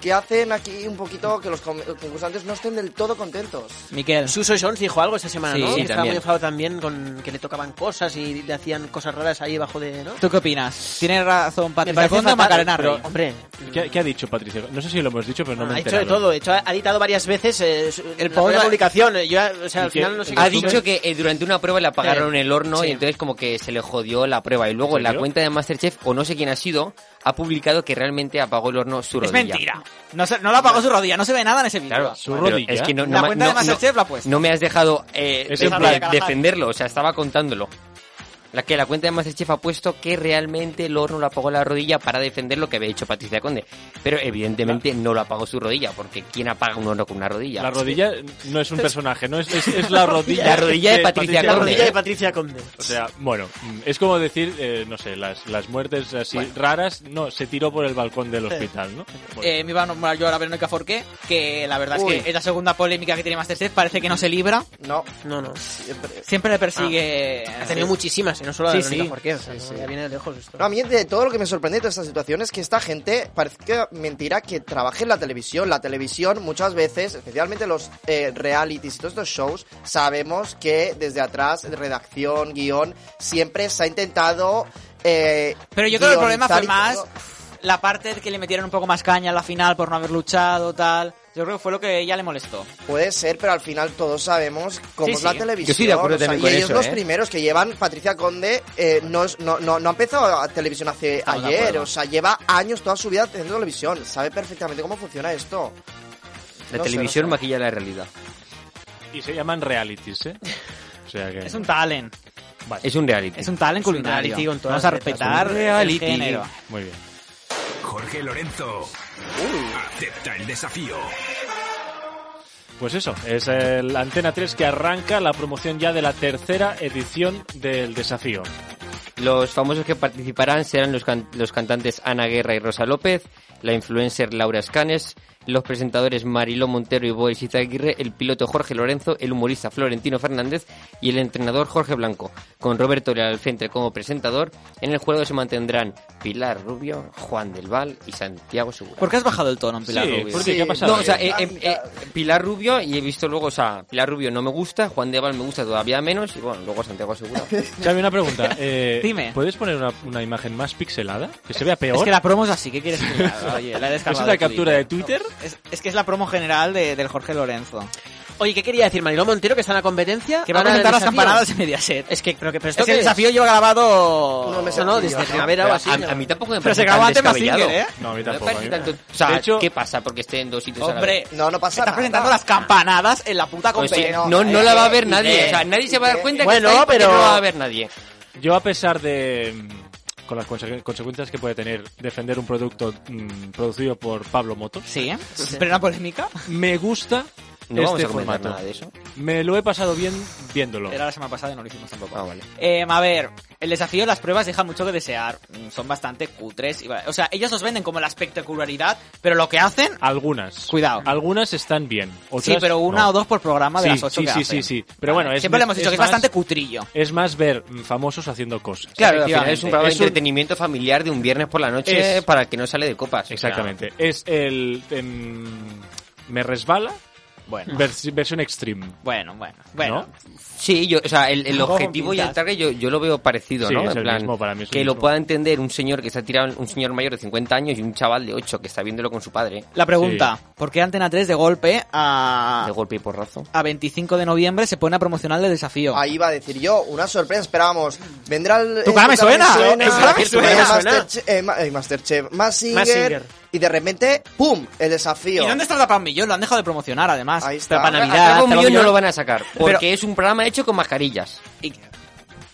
Speaker 5: que hacen aquí un poquito que los con- concursantes no estén del todo contentos.
Speaker 3: Miquel.
Speaker 6: Suso Jones dijo algo esa semana,
Speaker 4: Sí,
Speaker 6: ¿no?
Speaker 4: sí,
Speaker 6: que estaba muy
Speaker 4: también.
Speaker 6: enfadado también con que le tocaban cosas y le hacían cosas raras ahí bajo de, ¿no?
Speaker 3: ¿Tú qué opinas? ¿Tiene razón Patricia
Speaker 6: parece
Speaker 3: Conde o
Speaker 6: fatal,
Speaker 3: Macarena
Speaker 6: pero,
Speaker 3: Rey?
Speaker 6: Hombre,
Speaker 2: ¿Qué, qué ha dicho Patricia? No sé si lo hemos dicho, pero no me
Speaker 6: ha
Speaker 2: he
Speaker 6: dicho de
Speaker 2: enterado.
Speaker 6: todo. De hecho, ha ha editado varias veces eh, su-
Speaker 3: El
Speaker 6: la
Speaker 3: post-
Speaker 6: propia publicación. eh, Yo, o sea,
Speaker 2: ¿Y
Speaker 6: al
Speaker 2: qué-
Speaker 6: final no sé
Speaker 4: Ha
Speaker 6: qué-
Speaker 4: dicho que eh, durante una prueba le apagaron el horno
Speaker 6: Sí.
Speaker 4: y entonces como que se le jodió la prueba. Y luego
Speaker 2: ¿En
Speaker 4: en la
Speaker 2: serio?
Speaker 4: cuenta de Masterchef, o no sé quién ha sido, ha publicado que realmente apagó el horno su
Speaker 3: Es
Speaker 4: rodilla.
Speaker 3: mentira. No, se- no la apagó su rodilla, no se ve nada en ese vídeo.
Speaker 4: Claro,
Speaker 2: Su
Speaker 4: pero
Speaker 2: rodilla.
Speaker 4: Es que no, no
Speaker 3: la
Speaker 4: ma-
Speaker 3: cuenta de
Speaker 4: no- no-
Speaker 3: Masterchef la ha puesto.
Speaker 4: No me has dejado eh,
Speaker 2: Es
Speaker 4: de-
Speaker 2: en plan-
Speaker 4: de- defenderlo, o sea, estaba contándolo. La que la cuenta de Masterchef ha puesto que realmente el horno lo apagó la rodilla para defender lo que había hecho Patricia Conde. Pero evidentemente no lo apagó su rodilla, porque ¿quién apaga un horno con una rodilla?
Speaker 2: La rodilla no es un personaje, no es, es, es la rodilla.
Speaker 4: La rodilla de Patricia
Speaker 6: La
Speaker 4: Conde.
Speaker 6: rodilla de Patricia Conde.
Speaker 2: O sea, bueno, mm, es como decir, eh, no sé, las, las muertes así raras. No, se tiró por el balcón del hospital, ¿no? Bueno.
Speaker 3: Eh, me iba a nombrar yo ahora a Verónica Forqué, que la verdad
Speaker 5: Uy.
Speaker 3: es que es la segunda polémica que tiene Masterchef, parece que no se libra,
Speaker 5: No,
Speaker 6: No, no.
Speaker 5: siempre.
Speaker 3: siempre le persigue...
Speaker 6: Ha tenido muchísimas, y no solo
Speaker 3: Sí,
Speaker 6: la de
Speaker 3: sí.
Speaker 6: Verónica Forqué, o sea, no, ya viene de lejos esto.
Speaker 5: No, a mí de todo lo que me sorprende de toda esta situación es que esta gente parece que mentira que trabaje en la televisión. La televisión muchas veces, especialmente los eh, realities y todos estos shows, sabemos que desde atrás, redacción, guión, siempre se ha intentado... eh,
Speaker 3: Pero yo creo que el problema fue
Speaker 5: guionizar
Speaker 3: más
Speaker 5: y todo.
Speaker 3: la parte de que le metieron un poco más caña en la final por no haber luchado, tal... Yo creo que fue lo que ella le molestó.
Speaker 5: Puede ser, pero al final todos sabemos cómo
Speaker 3: Sí,
Speaker 5: es
Speaker 3: sí.
Speaker 5: la televisión.
Speaker 4: Yo estoy de acuerdo
Speaker 5: o sea,
Speaker 4: también con
Speaker 5: y ellos
Speaker 4: eso,
Speaker 5: los
Speaker 4: ¿eh?
Speaker 5: primeros que llevan, Patricia Conde, eh, no, es- no, no, no ha empezado a televisión hace
Speaker 4: Estamos de
Speaker 5: ayer.
Speaker 4: acuerdo.
Speaker 5: O sea, lleva años toda su vida haciendo televisión. Sabe perfectamente cómo funciona esto.
Speaker 4: La
Speaker 5: no sé,
Speaker 4: televisión
Speaker 5: no sé.
Speaker 4: maquilla la realidad.
Speaker 2: Y se llaman realities, ¿eh? O sea que.
Speaker 3: Es un talent,
Speaker 4: Es un reality.
Speaker 3: es un talent culinario.
Speaker 6: reality con
Speaker 3: Vamos
Speaker 6: todas
Speaker 3: a
Speaker 6: las letras,
Speaker 3: respetar
Speaker 4: un
Speaker 3: el
Speaker 4: reality.
Speaker 3: género.
Speaker 2: Muy bien. Uh.
Speaker 11: Jorge Lorenzo acepta el desafío.
Speaker 2: Pues eso, es el Antena 3 que arranca la promoción ya de la tercera edición del desafío.
Speaker 4: Los famosos que participarán serán los, can- los cantantes Ana Guerra y Rosa López, la influencer Laura Escanes, los presentadores Mariló Montero y Boris Izaguirre, el piloto Jorge Lorenzo, el humorista Florentino Fernández y el entrenador Jorge Blanco. Con Roberto Leal al frente como presentador, en el juego se mantendrán Pilar Rubio, Juan del Val y Santiago Segura.
Speaker 3: ¿Por qué has bajado el tono en Pilar
Speaker 2: Sí,
Speaker 3: Rubio?
Speaker 2: ¿por qué? ¿Qué ha pasado?
Speaker 4: No, o sea,
Speaker 2: Eh,
Speaker 4: eh, eh, eh, Pilar Rubio y he visto luego, o sea, Pilar Rubio no me gusta, Juan de Val me gusta todavía menos y bueno, luego Santiago Segura.
Speaker 2: Xavi, una pregunta. eh,
Speaker 3: Dime.
Speaker 2: ¿Puedes poner una, una imagen más pixelada? Que se vea peor.
Speaker 3: Es que la promo es así, ¿qué quieres que haga? Oye, la he
Speaker 2: ¿Es
Speaker 3: descargado
Speaker 2: una captura de
Speaker 3: Twitter.
Speaker 2: Twitter?
Speaker 3: Es, es que es la promo general de- del Jorge Lorenzo.
Speaker 6: Oye, ¿qué quería decir Mariló Montero que está en la competencia?
Speaker 3: Que va a
Speaker 6: Ahora en el
Speaker 3: presentar las
Speaker 6: desafío.
Speaker 3: campanadas de Mediaset.
Speaker 6: Es que, pero que, pero
Speaker 3: Es
Speaker 6: esto
Speaker 3: que el
Speaker 6: qué es?
Speaker 3: desafío lleva grabado...
Speaker 5: No me sé.
Speaker 6: No, no, desde primavera o
Speaker 4: Pero
Speaker 6: así.
Speaker 4: a,
Speaker 6: ¿no?
Speaker 4: a mí tampoco me
Speaker 3: Pero se
Speaker 4: parece
Speaker 3: acabó
Speaker 4: tan
Speaker 3: antes más
Speaker 4: descabellado.
Speaker 3: Singer, ¿eh?
Speaker 2: No, a mí
Speaker 4: No me
Speaker 2: tampoco.
Speaker 4: parece
Speaker 2: a mí-
Speaker 4: tanto. O sea,
Speaker 2: de hecho,
Speaker 4: ¿qué pasa? Porque esté en dos sitios a la
Speaker 3: Hombre,
Speaker 4: vez.
Speaker 5: No, no pasa
Speaker 3: está
Speaker 5: nada.
Speaker 3: presentando las campanadas en la puta
Speaker 4: O sea,
Speaker 3: competencia.
Speaker 5: no,
Speaker 4: Pues no, no la va a ver
Speaker 5: eh,
Speaker 4: nadie.
Speaker 5: eh,
Speaker 4: O sea, nadie se va a dar cuenta que
Speaker 6: Bueno,
Speaker 4: está ahí porque
Speaker 6: pero-
Speaker 4: no la va a ver nadie.
Speaker 2: yo a pesar de... mm, Con las conse- consecuencias que puede tener defender un producto mm, producido por Pablo Motos,
Speaker 3: Sí, ¿eh? Pero una polémica.
Speaker 2: me gusta
Speaker 4: No vamos
Speaker 2: este
Speaker 4: a comentar
Speaker 2: formato.
Speaker 4: nada de eso.
Speaker 2: Me lo he pasado bien viéndolo.
Speaker 3: Era la semana pasada y no lo hicimos tampoco.
Speaker 4: Ah, vale.
Speaker 3: Eh, a ver, el desafío de las pruebas deja mucho que desear. Mm, Son bastante cutres. y va- O sea, ellos nos venden como la espectacularidad, pero lo que hacen...
Speaker 2: Algunas.
Speaker 3: Cuidado.
Speaker 2: Algunas están bien. Otras,
Speaker 3: sí, pero una
Speaker 2: no.
Speaker 3: o dos por programa de
Speaker 2: Sí,
Speaker 3: las ocho
Speaker 2: sí,
Speaker 3: que
Speaker 2: sí, sí,
Speaker 3: hacen.
Speaker 2: sí. Pero bueno, es-
Speaker 3: Siempre le hemos dicho
Speaker 2: es
Speaker 3: que es
Speaker 2: más-
Speaker 3: bastante cutrillo.
Speaker 2: Es más ver mm, famosos haciendo cosas.
Speaker 4: Claro, al final es un
Speaker 3: Efectivamente.
Speaker 4: programa
Speaker 2: Es
Speaker 4: de
Speaker 2: un-
Speaker 4: entretenimiento familiar de un viernes por la noche
Speaker 2: Es-
Speaker 4: para el que no sale de copas. o sea.
Speaker 2: Exactamente. Es el... em, me resbala
Speaker 3: Bueno,
Speaker 2: vers- versión extreme.
Speaker 3: bueno, bueno. bueno.
Speaker 4: Sí, yo, o sea, el, el
Speaker 3: Tampoco
Speaker 4: objetivo y el
Speaker 3: pintas.
Speaker 4: target yo, yo lo veo parecido,
Speaker 2: Sí,
Speaker 4: ¿no?
Speaker 2: es
Speaker 4: en
Speaker 2: el
Speaker 4: plan,
Speaker 2: mismo, para mí es el
Speaker 4: que lo
Speaker 2: mismo.
Speaker 4: pueda entender un señor que está tirado, un señor mayor de 50 años y un chaval de 8 que está viéndolo con su padre.
Speaker 3: La pregunta, ¿por qué Antena 3 de golpe a,
Speaker 4: De golpe y porrazo.
Speaker 3: a 25 de noviembre se pone a promocionar el desafío?
Speaker 5: Ahí iba a decir yo, una sorpresa, esperábamos. Vendrá el.
Speaker 3: Tu cara me
Speaker 5: el Tu cara
Speaker 3: suena, ¿eh? Tu cara me
Speaker 5: el
Speaker 3: suena,
Speaker 5: Masterchef, eh, Ma- eh, Masterchef, Mass Singer,
Speaker 6: Singer.
Speaker 5: Y de repente, ¡pum! El desafío.
Speaker 3: ¿Y dónde está el Trapa un Millón? Lo han dejado de promocionar, además.
Speaker 5: Ahí está.
Speaker 3: Trapa
Speaker 4: A
Speaker 3: Navidad,
Speaker 4: Trapa un
Speaker 3: Trapa
Speaker 4: millón no
Speaker 3: Millón.
Speaker 4: lo van a sacar, porque
Speaker 3: Pero-
Speaker 4: es un programa hecho con mascarillas.
Speaker 3: Y-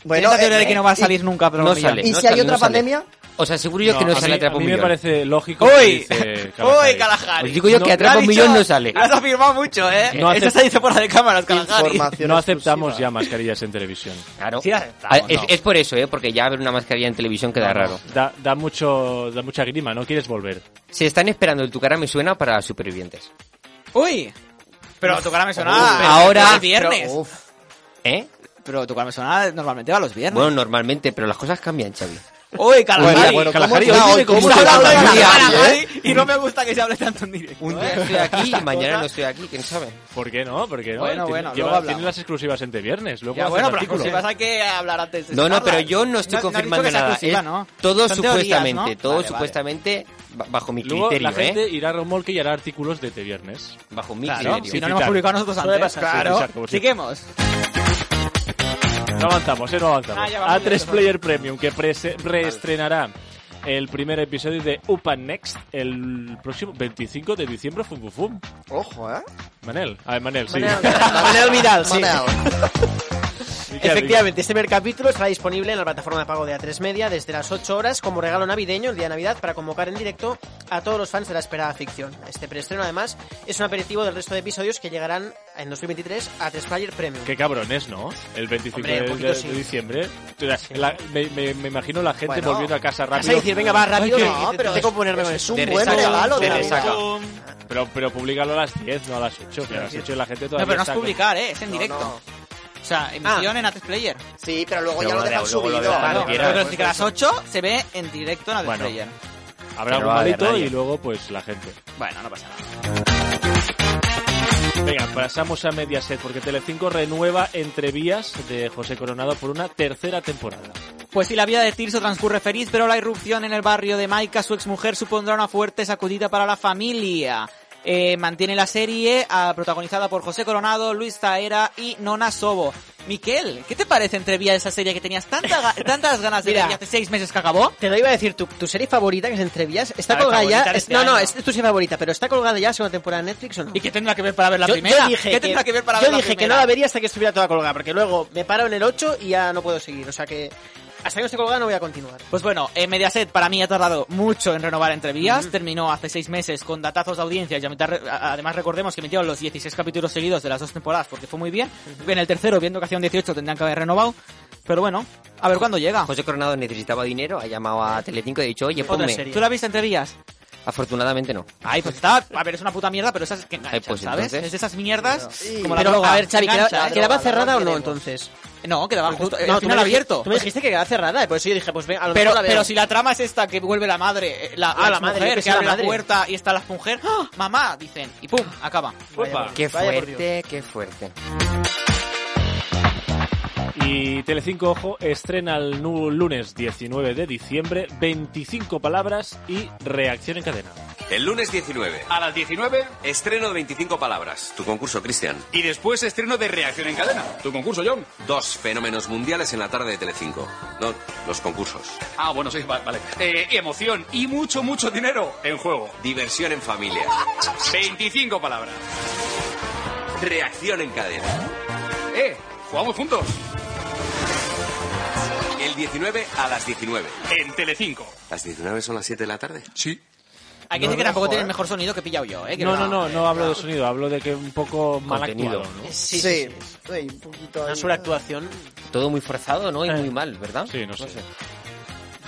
Speaker 5: Bueno,
Speaker 3: ¿Tienes la teoría
Speaker 5: eh,
Speaker 3: de que no va a
Speaker 5: y-
Speaker 3: salir nunca Trapa
Speaker 4: no
Speaker 3: un Millón?
Speaker 4: sale.
Speaker 5: ¿Y
Speaker 4: no
Speaker 5: si hay
Speaker 4: sale,
Speaker 5: otra
Speaker 4: no sale.
Speaker 5: pandemia?
Speaker 4: O sea, seguro yo que no,
Speaker 2: a
Speaker 4: sale
Speaker 2: mí-
Speaker 4: Atrapa
Speaker 2: a
Speaker 4: un
Speaker 2: mí me
Speaker 4: millón.
Speaker 2: parece lógico. lo que
Speaker 3: ¡Uy!
Speaker 2: dice Kalahari.
Speaker 3: ¡Uy, Kalahari!
Speaker 4: Os digo yo
Speaker 2: No,
Speaker 4: que
Speaker 2: lo
Speaker 4: Atrapa
Speaker 3: Lo ha
Speaker 4: un
Speaker 3: dicho-
Speaker 4: millón no sale.
Speaker 3: Lo has afirmado mucho, ¿eh?
Speaker 2: No
Speaker 3: Eso
Speaker 2: hace-
Speaker 3: se dice fuera de cámaras, Kalahari.
Speaker 5: Información
Speaker 2: No aceptamos
Speaker 5: exclusiva.
Speaker 2: ya mascarillas en televisión.
Speaker 4: Claro.
Speaker 3: Sí, aceptamos,
Speaker 4: Ah, es,
Speaker 3: no.
Speaker 4: es por eso, ¿eh? Porque ya ver una mascarilla en televisión queda raro.
Speaker 2: Da, da mucho, da mucha grima, no quieres volver.
Speaker 4: Se están esperando el Tu cara me suena para supervivientes.
Speaker 3: ¡Uy! Pero tu cara me suena...
Speaker 4: Uf.
Speaker 3: pero-
Speaker 4: Ahora-
Speaker 3: pero es viernes.
Speaker 5: Pero, uf,
Speaker 4: ¿Eh?
Speaker 3: Pero tu cara me suena normalmente va los viernes.
Speaker 4: Bueno, normalmente, pero las cosas cambian, Xavi.
Speaker 3: ¡Uy, Kalahari!
Speaker 5: Bueno, bueno, ¿cómo
Speaker 2: Kalahari,
Speaker 5: está
Speaker 2: hoy
Speaker 5: hoy?
Speaker 2: tiene
Speaker 5: ¿Cómo
Speaker 2: como
Speaker 5: está
Speaker 3: Está hablando de
Speaker 5: hoy?
Speaker 3: la
Speaker 4: Kalahari,
Speaker 3: cara,
Speaker 4: ¿eh?
Speaker 3: Javi, y no me gusta que se hable tanto en directo.
Speaker 4: Un
Speaker 3: ¿eh?
Speaker 4: día estoy aquí y mañana no estoy aquí, quién sabe.
Speaker 2: ¿Por qué no? ¿Por qué no?
Speaker 3: Bueno,
Speaker 2: Tiene- lleva-
Speaker 3: bueno, luego hablamos.
Speaker 2: Tienen las exclusivas entre viernes. Luego
Speaker 3: Ya,
Speaker 2: hace
Speaker 3: bueno,
Speaker 2: un
Speaker 3: pero
Speaker 2: artículo.
Speaker 3: si vas a que hablar antes de
Speaker 4: No, no,
Speaker 3: hablar.
Speaker 4: pero yo no estoy
Speaker 3: has dicho
Speaker 4: confirmando
Speaker 3: que sea
Speaker 4: nada.
Speaker 3: exclusiva,
Speaker 4: es
Speaker 3: ¿no?
Speaker 4: Todo
Speaker 3: Son teorías,
Speaker 4: supuestamente,
Speaker 3: ¿no?
Speaker 4: todo
Speaker 3: Vale, vale.
Speaker 4: supuestamente ba- bajo mi
Speaker 2: Luego
Speaker 4: criterio,
Speaker 2: la gente
Speaker 4: ¿eh?
Speaker 2: irá a remolque y hará artículos de este viernes.
Speaker 4: Bajo mi
Speaker 3: Claro,
Speaker 4: criterio.
Speaker 3: si no
Speaker 2: Sin
Speaker 3: lo hemos
Speaker 2: citar.
Speaker 3: publicado nosotros
Speaker 2: Suele
Speaker 3: antes.
Speaker 2: pasar, suele
Speaker 3: claro.
Speaker 2: pasar, como siempre.
Speaker 3: Sigamos.
Speaker 2: No avanzamos, eh, no avanzamos.
Speaker 3: Ah, ya vamos
Speaker 2: A3
Speaker 3: bien.
Speaker 2: Player Premium, que prese- reestrenará el primer episodio de Upa Next el próximo 25 de diciembre, Fum Fum Fum.
Speaker 5: Ojo, ¿eh?
Speaker 2: Manel, a ver, Manel, sí.
Speaker 6: Manuel Vidal, sí.
Speaker 5: Manel.
Speaker 6: Efectivamente, este primer capítulo estará disponible en la plataforma de pago de A3 Media desde las 8 horas como regalo navideño el día de Navidad para convocar en directo a todos los fans de la esperada ficción. Este preestreno, además, es un aperitivo del resto de episodios que llegarán en 2023 a 3 Player Premium.
Speaker 2: Qué cabrones, ¿no? El 25
Speaker 6: Hombre, un
Speaker 2: de,
Speaker 6: poquito
Speaker 2: de-
Speaker 6: sí.
Speaker 2: de diciembre. La- la- me, me- me imagino la gente
Speaker 5: Bueno.
Speaker 2: volviendo a casa
Speaker 6: Vas a
Speaker 2: rápido.
Speaker 6: decir, venga, va, rápido,
Speaker 2: Ay,
Speaker 6: que
Speaker 2: qué-
Speaker 6: que- que
Speaker 5: pero
Speaker 6: tengo que ponerme con
Speaker 5: Es
Speaker 6: eso.
Speaker 5: un
Speaker 4: de
Speaker 5: buen
Speaker 4: resaca,
Speaker 5: regalo
Speaker 4: de
Speaker 5: de Navidad.
Speaker 4: resaca.
Speaker 2: Pero, pero públicalo a las 10, no a las 8. que a las 8 la gente
Speaker 3: No,
Speaker 2: todavía
Speaker 3: pero no es
Speaker 2: está con-
Speaker 3: publicar, ¿eh? Es en
Speaker 5: No,
Speaker 3: directo.
Speaker 5: no.
Speaker 3: O sea, emisión en Atresplayer. Player.
Speaker 5: Sí, pero luego
Speaker 4: Pero
Speaker 5: ya lo
Speaker 4: bueno,
Speaker 5: dejan
Speaker 4: luego lo
Speaker 5: subido.
Speaker 4: dejan
Speaker 5: Ah, ¿no?
Speaker 4: cuando
Speaker 3: Pero
Speaker 4: quieras.
Speaker 3: creo que a las 8 se ve en directo en Atresplayer.
Speaker 2: Bueno.
Speaker 3: Player.
Speaker 2: Habrá
Speaker 4: Pero
Speaker 2: un
Speaker 4: va a haber
Speaker 2: malito
Speaker 4: nadie.
Speaker 2: y luego, pues, la gente.
Speaker 3: Bueno, no pasa nada.
Speaker 2: Venga, pasamos a Mediaset, porque Telecinco renueva Entre Vías de José Coronado por una tercera temporada.
Speaker 3: Pues sí, la vida de Tirso transcurre feliz, pero la irrupción en el barrio de Maika, su exmujer, supondrá una fuerte sacudida para la familia. Eh, mantiene la serie ah, protagonizada por José Coronado, Luis Taera y Nona Sobo. Miquel, ¿qué te parece entrevía esa serie que tenías tanta ga- tantas ganas de
Speaker 6: Mira.
Speaker 3: ver y hace seis meses que acabó?
Speaker 6: Te lo iba a decir, tu, tu serie favorita, que es Entrevías, está
Speaker 3: Ah,
Speaker 6: colgada ya.
Speaker 3: favorita de
Speaker 6: es-
Speaker 3: este
Speaker 6: no, no,
Speaker 3: año.
Speaker 6: es, es tu serie favorita, pero está colgada ya segunda temporada en Netflix o no.
Speaker 3: ¿Y qué tendrá que ver para ver la
Speaker 6: Yo- yo
Speaker 3: primera?
Speaker 6: dije
Speaker 3: ¿Qué tendrá que ver para
Speaker 6: yo
Speaker 3: ver la
Speaker 6: dije que no
Speaker 3: primera?
Speaker 6: la vería hasta que estuviera toda colgada, porque luego me paro en el 8 y ya no puedo seguir. O sea que hasta que no esté colgada no voy a continuar.
Speaker 3: Pues bueno, eh, Mediaset para mí ha tardado mucho en renovar entrevías. Terminó hace seis meses con datazos de audiencia y a mitad re- a- además recordemos que emitieron los 16 capítulos seguidos de las dos temporadas porque fue muy bien. En el tercero, viendo que hacían 18, tendrían que haber renovado. Pero bueno, a ver cuándo llega.
Speaker 6: Pues,
Speaker 4: José Coronado necesitaba dinero, ha llamado a Telecinco y ha dicho, oye,
Speaker 3: Otra
Speaker 4: ponme.
Speaker 3: serie. ¿Tú la viste entre vías?
Speaker 4: Afortunadamente no.
Speaker 3: Ay, pues está. A ver, es una puta mierda, pero esas que enganchan,
Speaker 4: Ay, pues
Speaker 3: ¿sabes?
Speaker 4: entonces.
Speaker 3: Es de esas mierdas.
Speaker 5: Pero-
Speaker 3: Como la
Speaker 6: Pero,
Speaker 3: droga,
Speaker 6: a ver, Xavi, ¿queda-
Speaker 3: engancha.
Speaker 6: ¿quedaba, cerrada o no Eh, entonces?
Speaker 3: Eh, No, quedaba justo.
Speaker 6: No,
Speaker 3: al
Speaker 6: Pues tú me
Speaker 3: final
Speaker 6: dijiste-
Speaker 3: abierto.
Speaker 6: Tú me dijiste que quedaba cerrada, y por eso yo dije, pues ven, a lo
Speaker 3: Pero,
Speaker 6: mejor la veo.
Speaker 3: pero si la trama es esta, que vuelve la madre, eh, la,
Speaker 6: Ah, la
Speaker 3: exmujer
Speaker 6: madre, yo que
Speaker 3: que
Speaker 6: sé,
Speaker 3: abre
Speaker 6: la
Speaker 3: la,
Speaker 6: madre.
Speaker 3: puerta y está la mujer, ¡ah! ¡Mamá! Dicen, y pum, acaba.
Speaker 2: Upa.
Speaker 4: Qué
Speaker 6: Vaya por Dios.
Speaker 4: fuerte, qué fuerte.
Speaker 2: Y Telecinco, ojo, estrena el nu- lunes 19 de diciembre 25 palabras y reacción en cadena.
Speaker 11: El lunes 19.
Speaker 12: A las 19
Speaker 11: Estreno de 25 palabras. Tu concurso, Cristian.
Speaker 12: y después estreno de Reacción en Cadena. Tu concurso, John.
Speaker 11: Dos fenómenos mundiales en la tarde de Telecinco. No, los concursos.
Speaker 12: Ah, bueno, sí, va- vale. Eh, y emoción y mucho, mucho dinero en juego.
Speaker 11: Diversión en familia.
Speaker 12: 25 palabras.
Speaker 11: Reacción en cadena.
Speaker 12: Eh, jugamos juntos.
Speaker 11: El 19 a las 19.
Speaker 12: En Telecinco.
Speaker 11: ¿Las 19 son las 7 de la tarde?
Speaker 12: Sí.
Speaker 3: Hay que decir que tampoco tiene el mejor sonido que he pillado yo, ¿eh? que
Speaker 2: No,
Speaker 3: era-
Speaker 2: no, no, no hablo de sonido, hablo de que un poco mal
Speaker 4: Contenido.
Speaker 2: actuado, ¿no?
Speaker 5: Sí, sí, Uy, un poquito
Speaker 6: Una
Speaker 5: ahí.
Speaker 6: sobreactuación.
Speaker 4: Todo muy forzado,
Speaker 3: Eh.
Speaker 4: ¿no? Y muy mal, ¿verdad?
Speaker 2: Sí, no sé.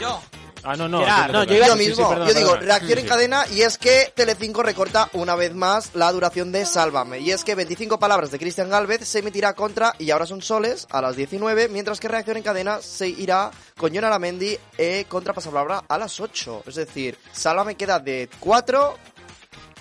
Speaker 3: Yo.
Speaker 2: Ah, no, no.
Speaker 3: Gerard,
Speaker 2: entiendo
Speaker 3: no,
Speaker 2: que-
Speaker 3: yo iba-
Speaker 5: Yo
Speaker 2: sí, sí,
Speaker 5: mismo,
Speaker 2: perdona,
Speaker 5: yo digo,
Speaker 2: perdona.
Speaker 5: reacción
Speaker 2: Sí,
Speaker 5: en
Speaker 2: sí.
Speaker 5: cadena y es que Telecinco recorta una vez más la duración de Sálvame. Y es que 25 palabras de Cristian Galvez se emitirá contra y ahora son soles a las 19, mientras que reacción en cadena se irá con John Aramendi eh, contra Pasapalabra a las 8. Es decir, Sálvame queda de 4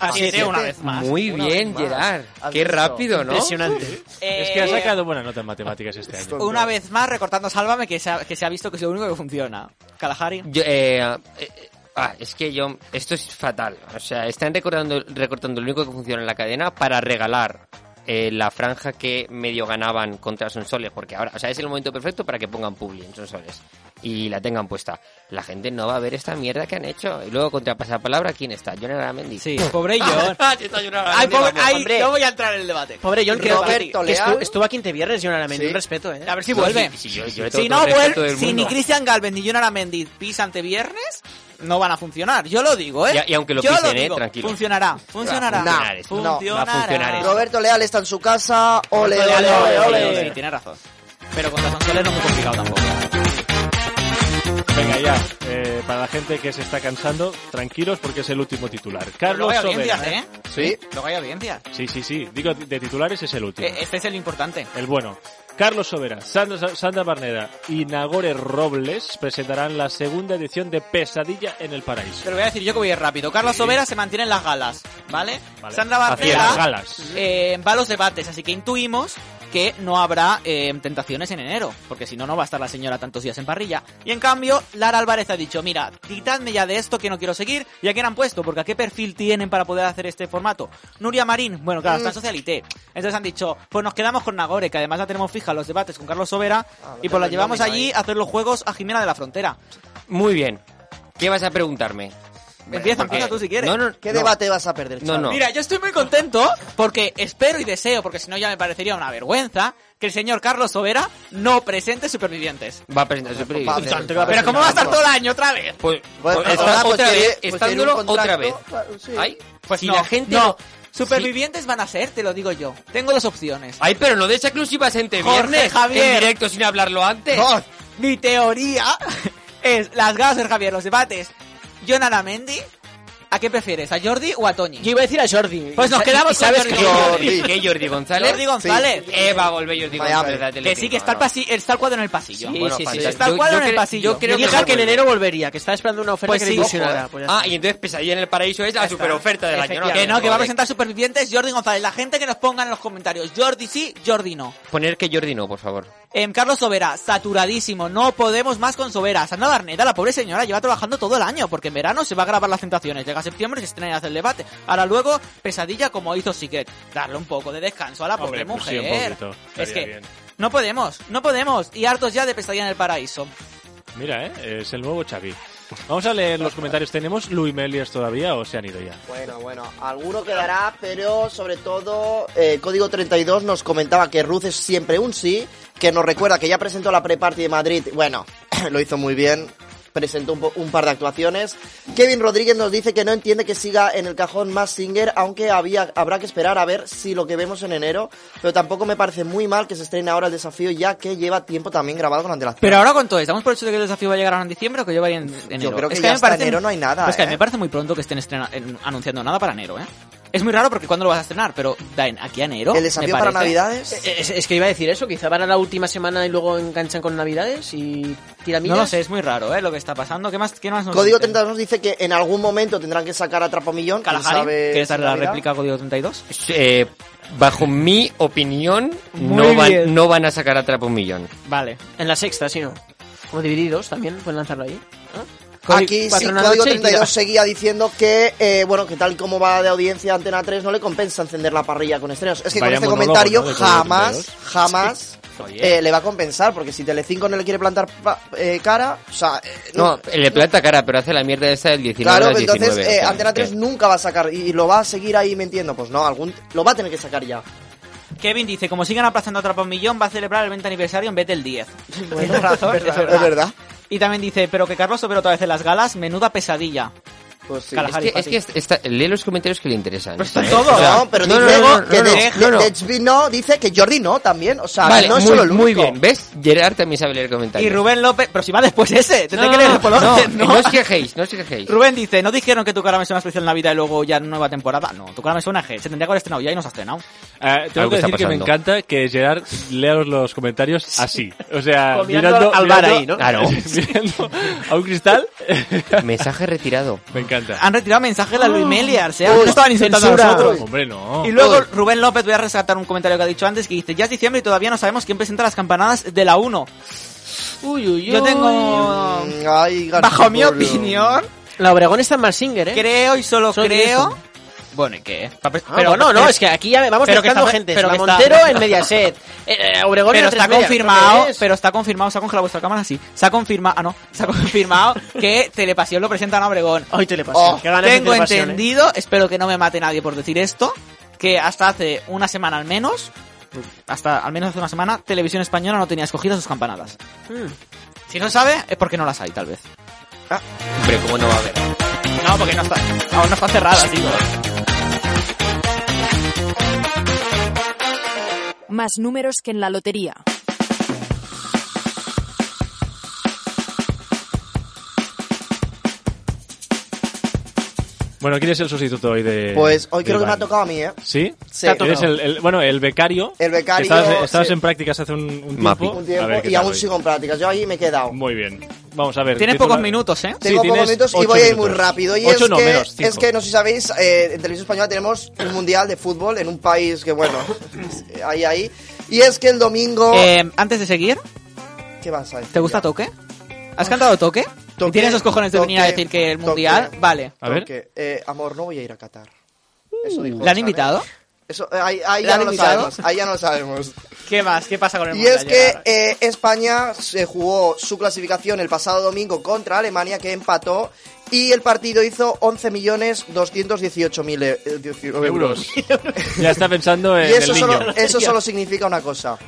Speaker 3: Así
Speaker 5: Siete.
Speaker 3: es, eh, una vez más.
Speaker 4: Muy
Speaker 5: Una
Speaker 4: bien,
Speaker 5: vez más.
Speaker 4: Gerard.
Speaker 5: Has
Speaker 4: Qué
Speaker 5: visto.
Speaker 4: rápido, ¿no?
Speaker 6: Impresionante.
Speaker 2: Es que ha sacado buena nota en matemáticas este año.
Speaker 3: eh, Una vez más recortando Sálvame, que se ha, que se ha visto que es lo único que funciona. Kalahari.
Speaker 4: Yo, eh, eh, eh, ah, es que yo... Esto es fatal. O sea, están recordando, recortando lo único que funciona en la cadena para regalar eh, la franja que medio ganaban contra Sonsoles. Porque ahora, o sea, es el momento perfecto para que pongan Publi en Sonsoles. Y la tengan puesta. La gente no va a ver esta mierda que han hecho. Y luego contra Pasapalabra, ¿quién está? John Aramendi.
Speaker 3: Sí, pobre John.
Speaker 4: Ah, sí está John Aramendi,
Speaker 3: Ay, pobre,
Speaker 4: vamos,
Speaker 3: ay,
Speaker 4: hombre.
Speaker 3: no voy a entrar en el debate.
Speaker 6: Pobre John, que,
Speaker 5: Roberto
Speaker 6: que estu-
Speaker 5: Leal.
Speaker 6: estuvo aquí en Te Viernes, John Aramendi.
Speaker 5: Sí.
Speaker 6: Un respeto, ¿eh?
Speaker 3: A ver si
Speaker 4: No,
Speaker 3: vuelve.
Speaker 4: sí, sí, yo- yo le tengo
Speaker 3: si
Speaker 4: todo
Speaker 3: no
Speaker 4: el respeto
Speaker 3: vuelve,
Speaker 4: del
Speaker 3: si ni
Speaker 4: mundo.
Speaker 3: Cristian Galvez ni John Aramendi pisan te viernes, no van a funcionar. Yo lo digo, ¿eh?
Speaker 4: Y- y aunque lo
Speaker 3: Yo
Speaker 4: pisen, ¿eh?
Speaker 3: digo,
Speaker 4: Tranquilo.
Speaker 3: Funcionará, funcionará.
Speaker 5: Va a
Speaker 4: funcionar esto.
Speaker 3: funcionará.
Speaker 4: Va a funcionar esto.
Speaker 5: Roberto Leal está en su casa. Ole, ole,
Speaker 3: Ole,
Speaker 5: ole,
Speaker 3: ole,
Speaker 5: ole.
Speaker 3: ole. Sí, tiene razón. Pero contra Sansoles no es muy complicado tampoco.
Speaker 2: Venga, ya. eh, para la gente que se está cansando, tranquilos porque es el último titular.
Speaker 3: Pero
Speaker 2: Carlos
Speaker 3: luego hay audiencias,
Speaker 2: Sobera.
Speaker 3: ¿eh?
Speaker 5: Sí.
Speaker 3: Luego hay audiencias.
Speaker 2: Sí, sí, sí. Digo, de titulares es el último.
Speaker 3: Eh, Este es el importante.
Speaker 2: El bueno. Carlos Sobera, Sandra, Sandra Barneda y Nagore Robles presentarán la segunda edición de Pesadilla en el Paraíso.
Speaker 3: Te lo voy a decir yo que voy a ir rápido. Carlos Sobera se mantiene en las galas, ¿vale?
Speaker 2: Vale.
Speaker 3: Sandra
Speaker 2: Hacia las
Speaker 3: Barcela
Speaker 2: galas.
Speaker 3: eh, va a los debates, así que intuimos que no habrá eh, tentaciones en enero, porque si no, no va a estar la señora tantos días en parrilla. Y en cambio, Lara Álvarez ha dicho, mira, quitadme ya de esto que no quiero seguir, y a quién han puesto, porque a qué perfil tienen para poder hacer este formato. Nuria Marín, bueno, claro, está
Speaker 4: Mm.
Speaker 3: en Socialité. Entonces han dicho, pues nos quedamos con Nagore, que además la tenemos fija los debates con Carlos Sobera,
Speaker 5: Ah,
Speaker 3: y pues la
Speaker 5: el
Speaker 3: llevamos
Speaker 5: nómina
Speaker 3: allí
Speaker 5: ahí.
Speaker 3: a hacer los juegos a Jimena de la Frontera.
Speaker 4: Muy bien. ¿Qué vas a preguntarme?
Speaker 3: empieza,
Speaker 4: Porque-
Speaker 3: empieza tú si quieres.
Speaker 4: No, no,
Speaker 5: ¿Qué
Speaker 4: no.
Speaker 5: debate vas a perder,
Speaker 4: No,
Speaker 5: Xavi?
Speaker 4: no.
Speaker 3: Mira, yo estoy muy contento porque espero y deseo, porque si no ya me parecería una vergüenza, que el señor Carlos Sobera no presente supervivientes.
Speaker 4: Va a presentar su proyecto.
Speaker 5: Vale, vale.
Speaker 3: Pero ¿cómo va a estar todo el año otra vez?
Speaker 4: Pues,
Speaker 5: Pues,
Speaker 4: pues,
Speaker 5: pues,
Speaker 4: está-
Speaker 5: ahora, pues,
Speaker 4: otra
Speaker 5: tiene-
Speaker 4: vez,
Speaker 5: pues,
Speaker 4: estándolo
Speaker 5: tiene un
Speaker 4: otra vez.
Speaker 5: contrato, claro, sí.
Speaker 4: Ay,
Speaker 3: Pues
Speaker 4: si
Speaker 3: no,
Speaker 4: la gente
Speaker 3: no.
Speaker 4: no-
Speaker 3: Supervivientes van a ser, te lo digo yo. Tengo dos opciones.
Speaker 4: Ay, pero no de esa exclusivas en te
Speaker 3: Jorge
Speaker 4: viernes,
Speaker 3: Javier.
Speaker 4: en directo sin hablarlo antes.
Speaker 3: ¡Oh! Mi teoría es las galas del Javier, los debates. John Aramendi, ¿a qué prefieres? ¿A Jordi o a Toñi?
Speaker 6: Yo iba a decir a Jordi.
Speaker 3: Pues nos
Speaker 6: Y-
Speaker 3: quedamos
Speaker 6: y sabes
Speaker 3: con
Speaker 6: que
Speaker 3: Jordi.
Speaker 4: Jordi. ¿Qué Jordi González?
Speaker 3: Jordi González.
Speaker 4: Eva volver Jordi
Speaker 5: Miami.
Speaker 4: González. de la
Speaker 3: Que sí, que está el,
Speaker 4: Telecinco,
Speaker 3: pasi- está el cuadro en el pasillo.
Speaker 4: ¿no?
Speaker 6: Sí,
Speaker 4: Bueno,
Speaker 6: sí, sí.
Speaker 4: fantástico.
Speaker 3: Está el cuadro en el pasillo.
Speaker 4: Yo creo
Speaker 6: Yo
Speaker 4: que,
Speaker 6: dije que en
Speaker 4: vuelve.
Speaker 6: enero volvería, que estaba esperando una oferta
Speaker 3: Pues
Speaker 6: que
Speaker 3: sí.
Speaker 6: le ilusionara.
Speaker 3: Ojo,
Speaker 6: Pues ya
Speaker 4: Ah,
Speaker 6: está.
Speaker 4: y entonces Pesadilla en el Paraíso es la super oferta del año. ¿no?
Speaker 3: Que no, que va a
Speaker 4: Joder.
Speaker 3: presentar supervivientes Jordi González. La gente que nos ponga en los comentarios, Jordi sí, Jordi no.
Speaker 4: Poner que Jordi no, por favor.
Speaker 3: Em, Carlos Sobera, saturadísimo, no podemos más con Sobera. Sandra Barneda, la pobre señora, lleva trabajando todo el año, porque en verano se va a grabar las tentaciones. Llega septiembre y se estrena y hace el debate. Ahora luego, pesadilla como hizo Secret. Darle un poco de descanso a la pobre
Speaker 2: Hombre, pues sí,
Speaker 3: mujer.
Speaker 2: un poquito.
Speaker 3: es
Speaker 2: Estaría
Speaker 3: que
Speaker 2: bien.
Speaker 3: no podemos, no podemos. Y hartos ya de pesadilla en el paraíso.
Speaker 2: Mira, ¿eh? es el nuevo Xavi. Vamos a leer los comentarios. ¿Tenemos Luimelias todavía o se han ido ya?
Speaker 5: Bueno, bueno, alguno quedará, pero sobre todo eh, Código 32 nos comentaba que Ruth es siempre un sí, que nos recuerda que ya presentó la pre-party de Madrid, bueno, lo hizo muy bien, presentó un, po- un par de actuaciones. Kevin Rodríguez nos dice que no entiende que siga en el cajón más Singer, aunque había, habrá que esperar a ver si lo que vemos en enero, pero tampoco me parece muy mal que se estrene ahora el desafío, ya que lleva tiempo también grabado con antelación.
Speaker 3: Pero ahora cuánto es, ¿damos por el hecho de que el desafío va a llegar ahora en diciembre o que yo vaya en enero?
Speaker 5: creo que
Speaker 3: es a
Speaker 5: ya
Speaker 3: mí me
Speaker 5: hasta
Speaker 3: parece-
Speaker 5: enero no hay nada,
Speaker 3: Es que a mí
Speaker 5: ¿eh?
Speaker 3: me parece muy pronto que estén estrena- en- anunciando nada para enero, ¿eh? Es muy raro porque ¿cuándo lo vas a estrenar? Pero da en- aquí a enero.
Speaker 5: ¿El desafío para Navidades?
Speaker 6: Es, es que iba a decir eso, quizá van a la última semana y luego enganchan con Navidades y tiramillas.
Speaker 3: No lo sé, es muy raro, ¿eh? Lo que está pasando. ¿Qué más, qué más nos
Speaker 5: Código
Speaker 3: dicen?
Speaker 5: 32 nos dice que en algún momento tendrán que sacar a Trapo Millón. ¿Quién
Speaker 3: Kalahari,
Speaker 5: sabe
Speaker 3: ¿Quieres
Speaker 5: si
Speaker 3: darle la
Speaker 5: abrirá?
Speaker 3: réplica a Código 32?
Speaker 4: Eh, bajo mi opinión,
Speaker 6: Muy
Speaker 4: no van,
Speaker 6: bien.
Speaker 4: no van a sacar a Trapo un millón.
Speaker 6: Vale, en la sexta, sí, ¿no? Como divididos también, pueden lanzarlo ahí. ¿Ah?
Speaker 5: Aquí sí,
Speaker 6: Cuatro en la
Speaker 5: Código
Speaker 6: noche y
Speaker 5: 32
Speaker 6: tira.
Speaker 5: seguía diciendo que, eh, bueno, que tal como va de audiencia Antena 3, no le compensa encender la parrilla con estrenos. Es que
Speaker 2: Vaya
Speaker 5: con este
Speaker 2: monólogo,
Speaker 5: comentario
Speaker 2: ¿no? de Código
Speaker 5: jamás,
Speaker 2: 32.
Speaker 5: jamás
Speaker 4: Oye.
Speaker 5: eh, le va a compensar, porque si Telecinco no le quiere plantar pa- eh, cara, o sea... eh,
Speaker 4: No, le planta cara, pero hace la mierda esa del 19
Speaker 5: Claro,
Speaker 4: al
Speaker 5: pero entonces
Speaker 4: 19,
Speaker 5: eh,
Speaker 4: o sea,
Speaker 5: Antena 3
Speaker 4: que-
Speaker 5: nunca va a sacar y, y lo va a seguir ahí mintiendo. Pues no, algún lo va a tener que sacar ya.
Speaker 3: Kevin dice, como sigan aplazando a Trapa un Millón, va a celebrar el 20 aniversario en vez del 10.
Speaker 5: Bueno,
Speaker 3: Tiene razón,
Speaker 5: es
Speaker 3: es
Speaker 5: verdad.
Speaker 3: verdad. Y también dice, pero que Carlos Obrero otra vez en las galas, menuda pesadilla.
Speaker 5: Pues sí.
Speaker 3: Kalahari,
Speaker 4: Es que, es que está- lee los comentarios que le interesan.
Speaker 3: Pues son
Speaker 4: ¿eh?
Speaker 3: todos.
Speaker 4: O sea,
Speaker 5: no, pero
Speaker 4: no,
Speaker 5: dice
Speaker 4: no, no,
Speaker 5: que
Speaker 4: no, no,
Speaker 5: Dech-
Speaker 4: no, no.
Speaker 5: Dechvi no, dice que Jordi no también. O sea,
Speaker 4: Vale,
Speaker 5: no es
Speaker 4: muy,
Speaker 5: solo el único.
Speaker 4: muy bien. ¿Ves? Gerard también sabe leer comentarios.
Speaker 3: Y Rubén López, pero si va después ese, tendré
Speaker 4: No,
Speaker 3: que leer el color,
Speaker 4: no, eh,
Speaker 3: ¿no?
Speaker 4: no os quejéis, no os quejéis.
Speaker 3: Rubén dice, ¿no dijeron que tu cara me suena especial Navidad y luego ya nueva temporada? No, tu cara me suena G, se tendría que haber estrenado ya y no se ha estrenado.
Speaker 2: Eh, tengo
Speaker 4: Algo
Speaker 2: que
Speaker 4: está
Speaker 2: decir que me
Speaker 4: pasando.
Speaker 2: encanta que Gerard lea los, los comentarios así. O sea,
Speaker 6: Comiendo
Speaker 2: mirando,
Speaker 6: al bar
Speaker 2: mirando-
Speaker 6: ahí, ¿no?
Speaker 4: Claro.
Speaker 2: mirando a un cristal.
Speaker 4: Mensaje retirado.
Speaker 2: me encanta.
Speaker 3: Han retirado mensaje de la Luis Meliar, o sea, no estaban insultando a
Speaker 6: Ah. censura.
Speaker 3: nosotros.
Speaker 2: Hombre, no.
Speaker 3: Y luego Rubén López, voy a rescatar un comentario que ha dicho antes, que dice, ya es diciembre y todavía no sabemos quién presenta las campanadas de la 1.
Speaker 6: Uy, uy,
Speaker 3: Yo
Speaker 6: uy.
Speaker 3: tengo...
Speaker 5: Mm, ay,
Speaker 3: Bajo mi
Speaker 5: García Pueblo.
Speaker 3: opinión,
Speaker 6: La Obregón está en Malsinger, ¿eh?
Speaker 3: creo y solo
Speaker 6: Solo
Speaker 3: creo...
Speaker 6: tienes
Speaker 3: Bueno, ¿y qué? pues,
Speaker 6: Ah, bueno, no, es que aquí ya vamos
Speaker 3: pero que
Speaker 6: mezclando
Speaker 3: está-
Speaker 6: gente.
Speaker 3: pero
Speaker 6: La
Speaker 3: que está-
Speaker 6: Montero en Mediaset. eh, eh, Obregón en
Speaker 3: pero
Speaker 6: la tres
Speaker 3: está
Speaker 6: media,
Speaker 3: confirmado,
Speaker 6: ¿qué es?
Speaker 3: pero está confirmado, se ha congelado vuestra cámara, sí. Se ha confirmado, ah no, se ha confirmado que Telepasión lo presenta a Obregón.
Speaker 6: Ay, Telepasión, qué ganas de
Speaker 3: Oh, Tengo
Speaker 6: Telepasión, ¿eh?
Speaker 3: entendido, espero que no me mate nadie por decir esto, que hasta hace una semana al menos, hasta al menos hace una semana, Televisión Española no tenía escogidas sus campanadas. Si no sabe, es porque no las hay, tal vez.
Speaker 4: Hombre, ¿cómo no va a haber?
Speaker 3: No, porque no está, aún no está cerrada, tío.
Speaker 8: Más números que en la lotería.
Speaker 2: Bueno, ¿quién es el sustituto hoy de.?
Speaker 5: Pues hoy
Speaker 2: de
Speaker 5: creo que me ha
Speaker 2: Iván?
Speaker 5: tocado a mí, ¿eh?
Speaker 2: ¿Sí?
Speaker 5: Sí. Te ha
Speaker 2: Eres el, el- bueno, el becario.
Speaker 5: El becario,
Speaker 2: Estabas, estabas
Speaker 5: sí.
Speaker 2: en prácticas hace un, un tiempo.
Speaker 4: Mapi.
Speaker 5: Un tiempo
Speaker 2: Oh, A ver qué
Speaker 5: y
Speaker 2: tal
Speaker 5: aún
Speaker 2: hoy.
Speaker 5: sigo en prácticas. Yo ahí me he quedado.
Speaker 2: Muy bien. Vamos a ver.
Speaker 3: Tienes
Speaker 2: titular-
Speaker 3: pocos minutos, ¿eh?
Speaker 5: Tengo
Speaker 2: Sí,
Speaker 5: pocos
Speaker 2: tienes
Speaker 5: minutos y
Speaker 2: ocho
Speaker 5: voy a ir muy
Speaker 2: minutos.
Speaker 5: rápido. Y
Speaker 2: Ocho
Speaker 5: es,
Speaker 2: no,
Speaker 5: que,
Speaker 2: menos, cinco.
Speaker 5: es que no sé si sabéis, eh, en Televisión Española tenemos un mundial de fútbol en un país que, bueno, ahí, ahí. Y es que el domingo.
Speaker 3: Eh, antes de seguir,
Speaker 5: ¿Qué vas a decir?
Speaker 3: ¿te gusta
Speaker 5: Oh. ya?
Speaker 3: Toque? ¿Has cantado Toque?
Speaker 5: Toqué,
Speaker 3: ¿Tienes los cojones de venir a
Speaker 5: toqué,
Speaker 3: decir que el
Speaker 5: toqué.
Speaker 3: mundial? Vale.
Speaker 2: A ver.
Speaker 5: Toque. Eh, amor, no voy a ir a Qatar. Eso dijo,
Speaker 3: ¿Le han
Speaker 5: ¿sabes?
Speaker 3: invitado?
Speaker 5: Eso, eh, ahí, ahí
Speaker 3: ¿Le
Speaker 5: ya
Speaker 3: han
Speaker 5: no lo
Speaker 3: invitado?
Speaker 5: sabemos. Ahí ya no lo sabemos.
Speaker 3: ¿Qué más? ¿Qué pasa con el
Speaker 5: Y
Speaker 3: mundial,
Speaker 5: es que
Speaker 3: Gerard?
Speaker 5: eh, España se jugó su clasificación el pasado domingo contra Alemania, que empató, y el partido hizo 11.218.000 e- eh, 19
Speaker 2: Euros. ya está pensando en
Speaker 5: Y eso
Speaker 2: el niño.
Speaker 5: solo, eso solo significa una cosa.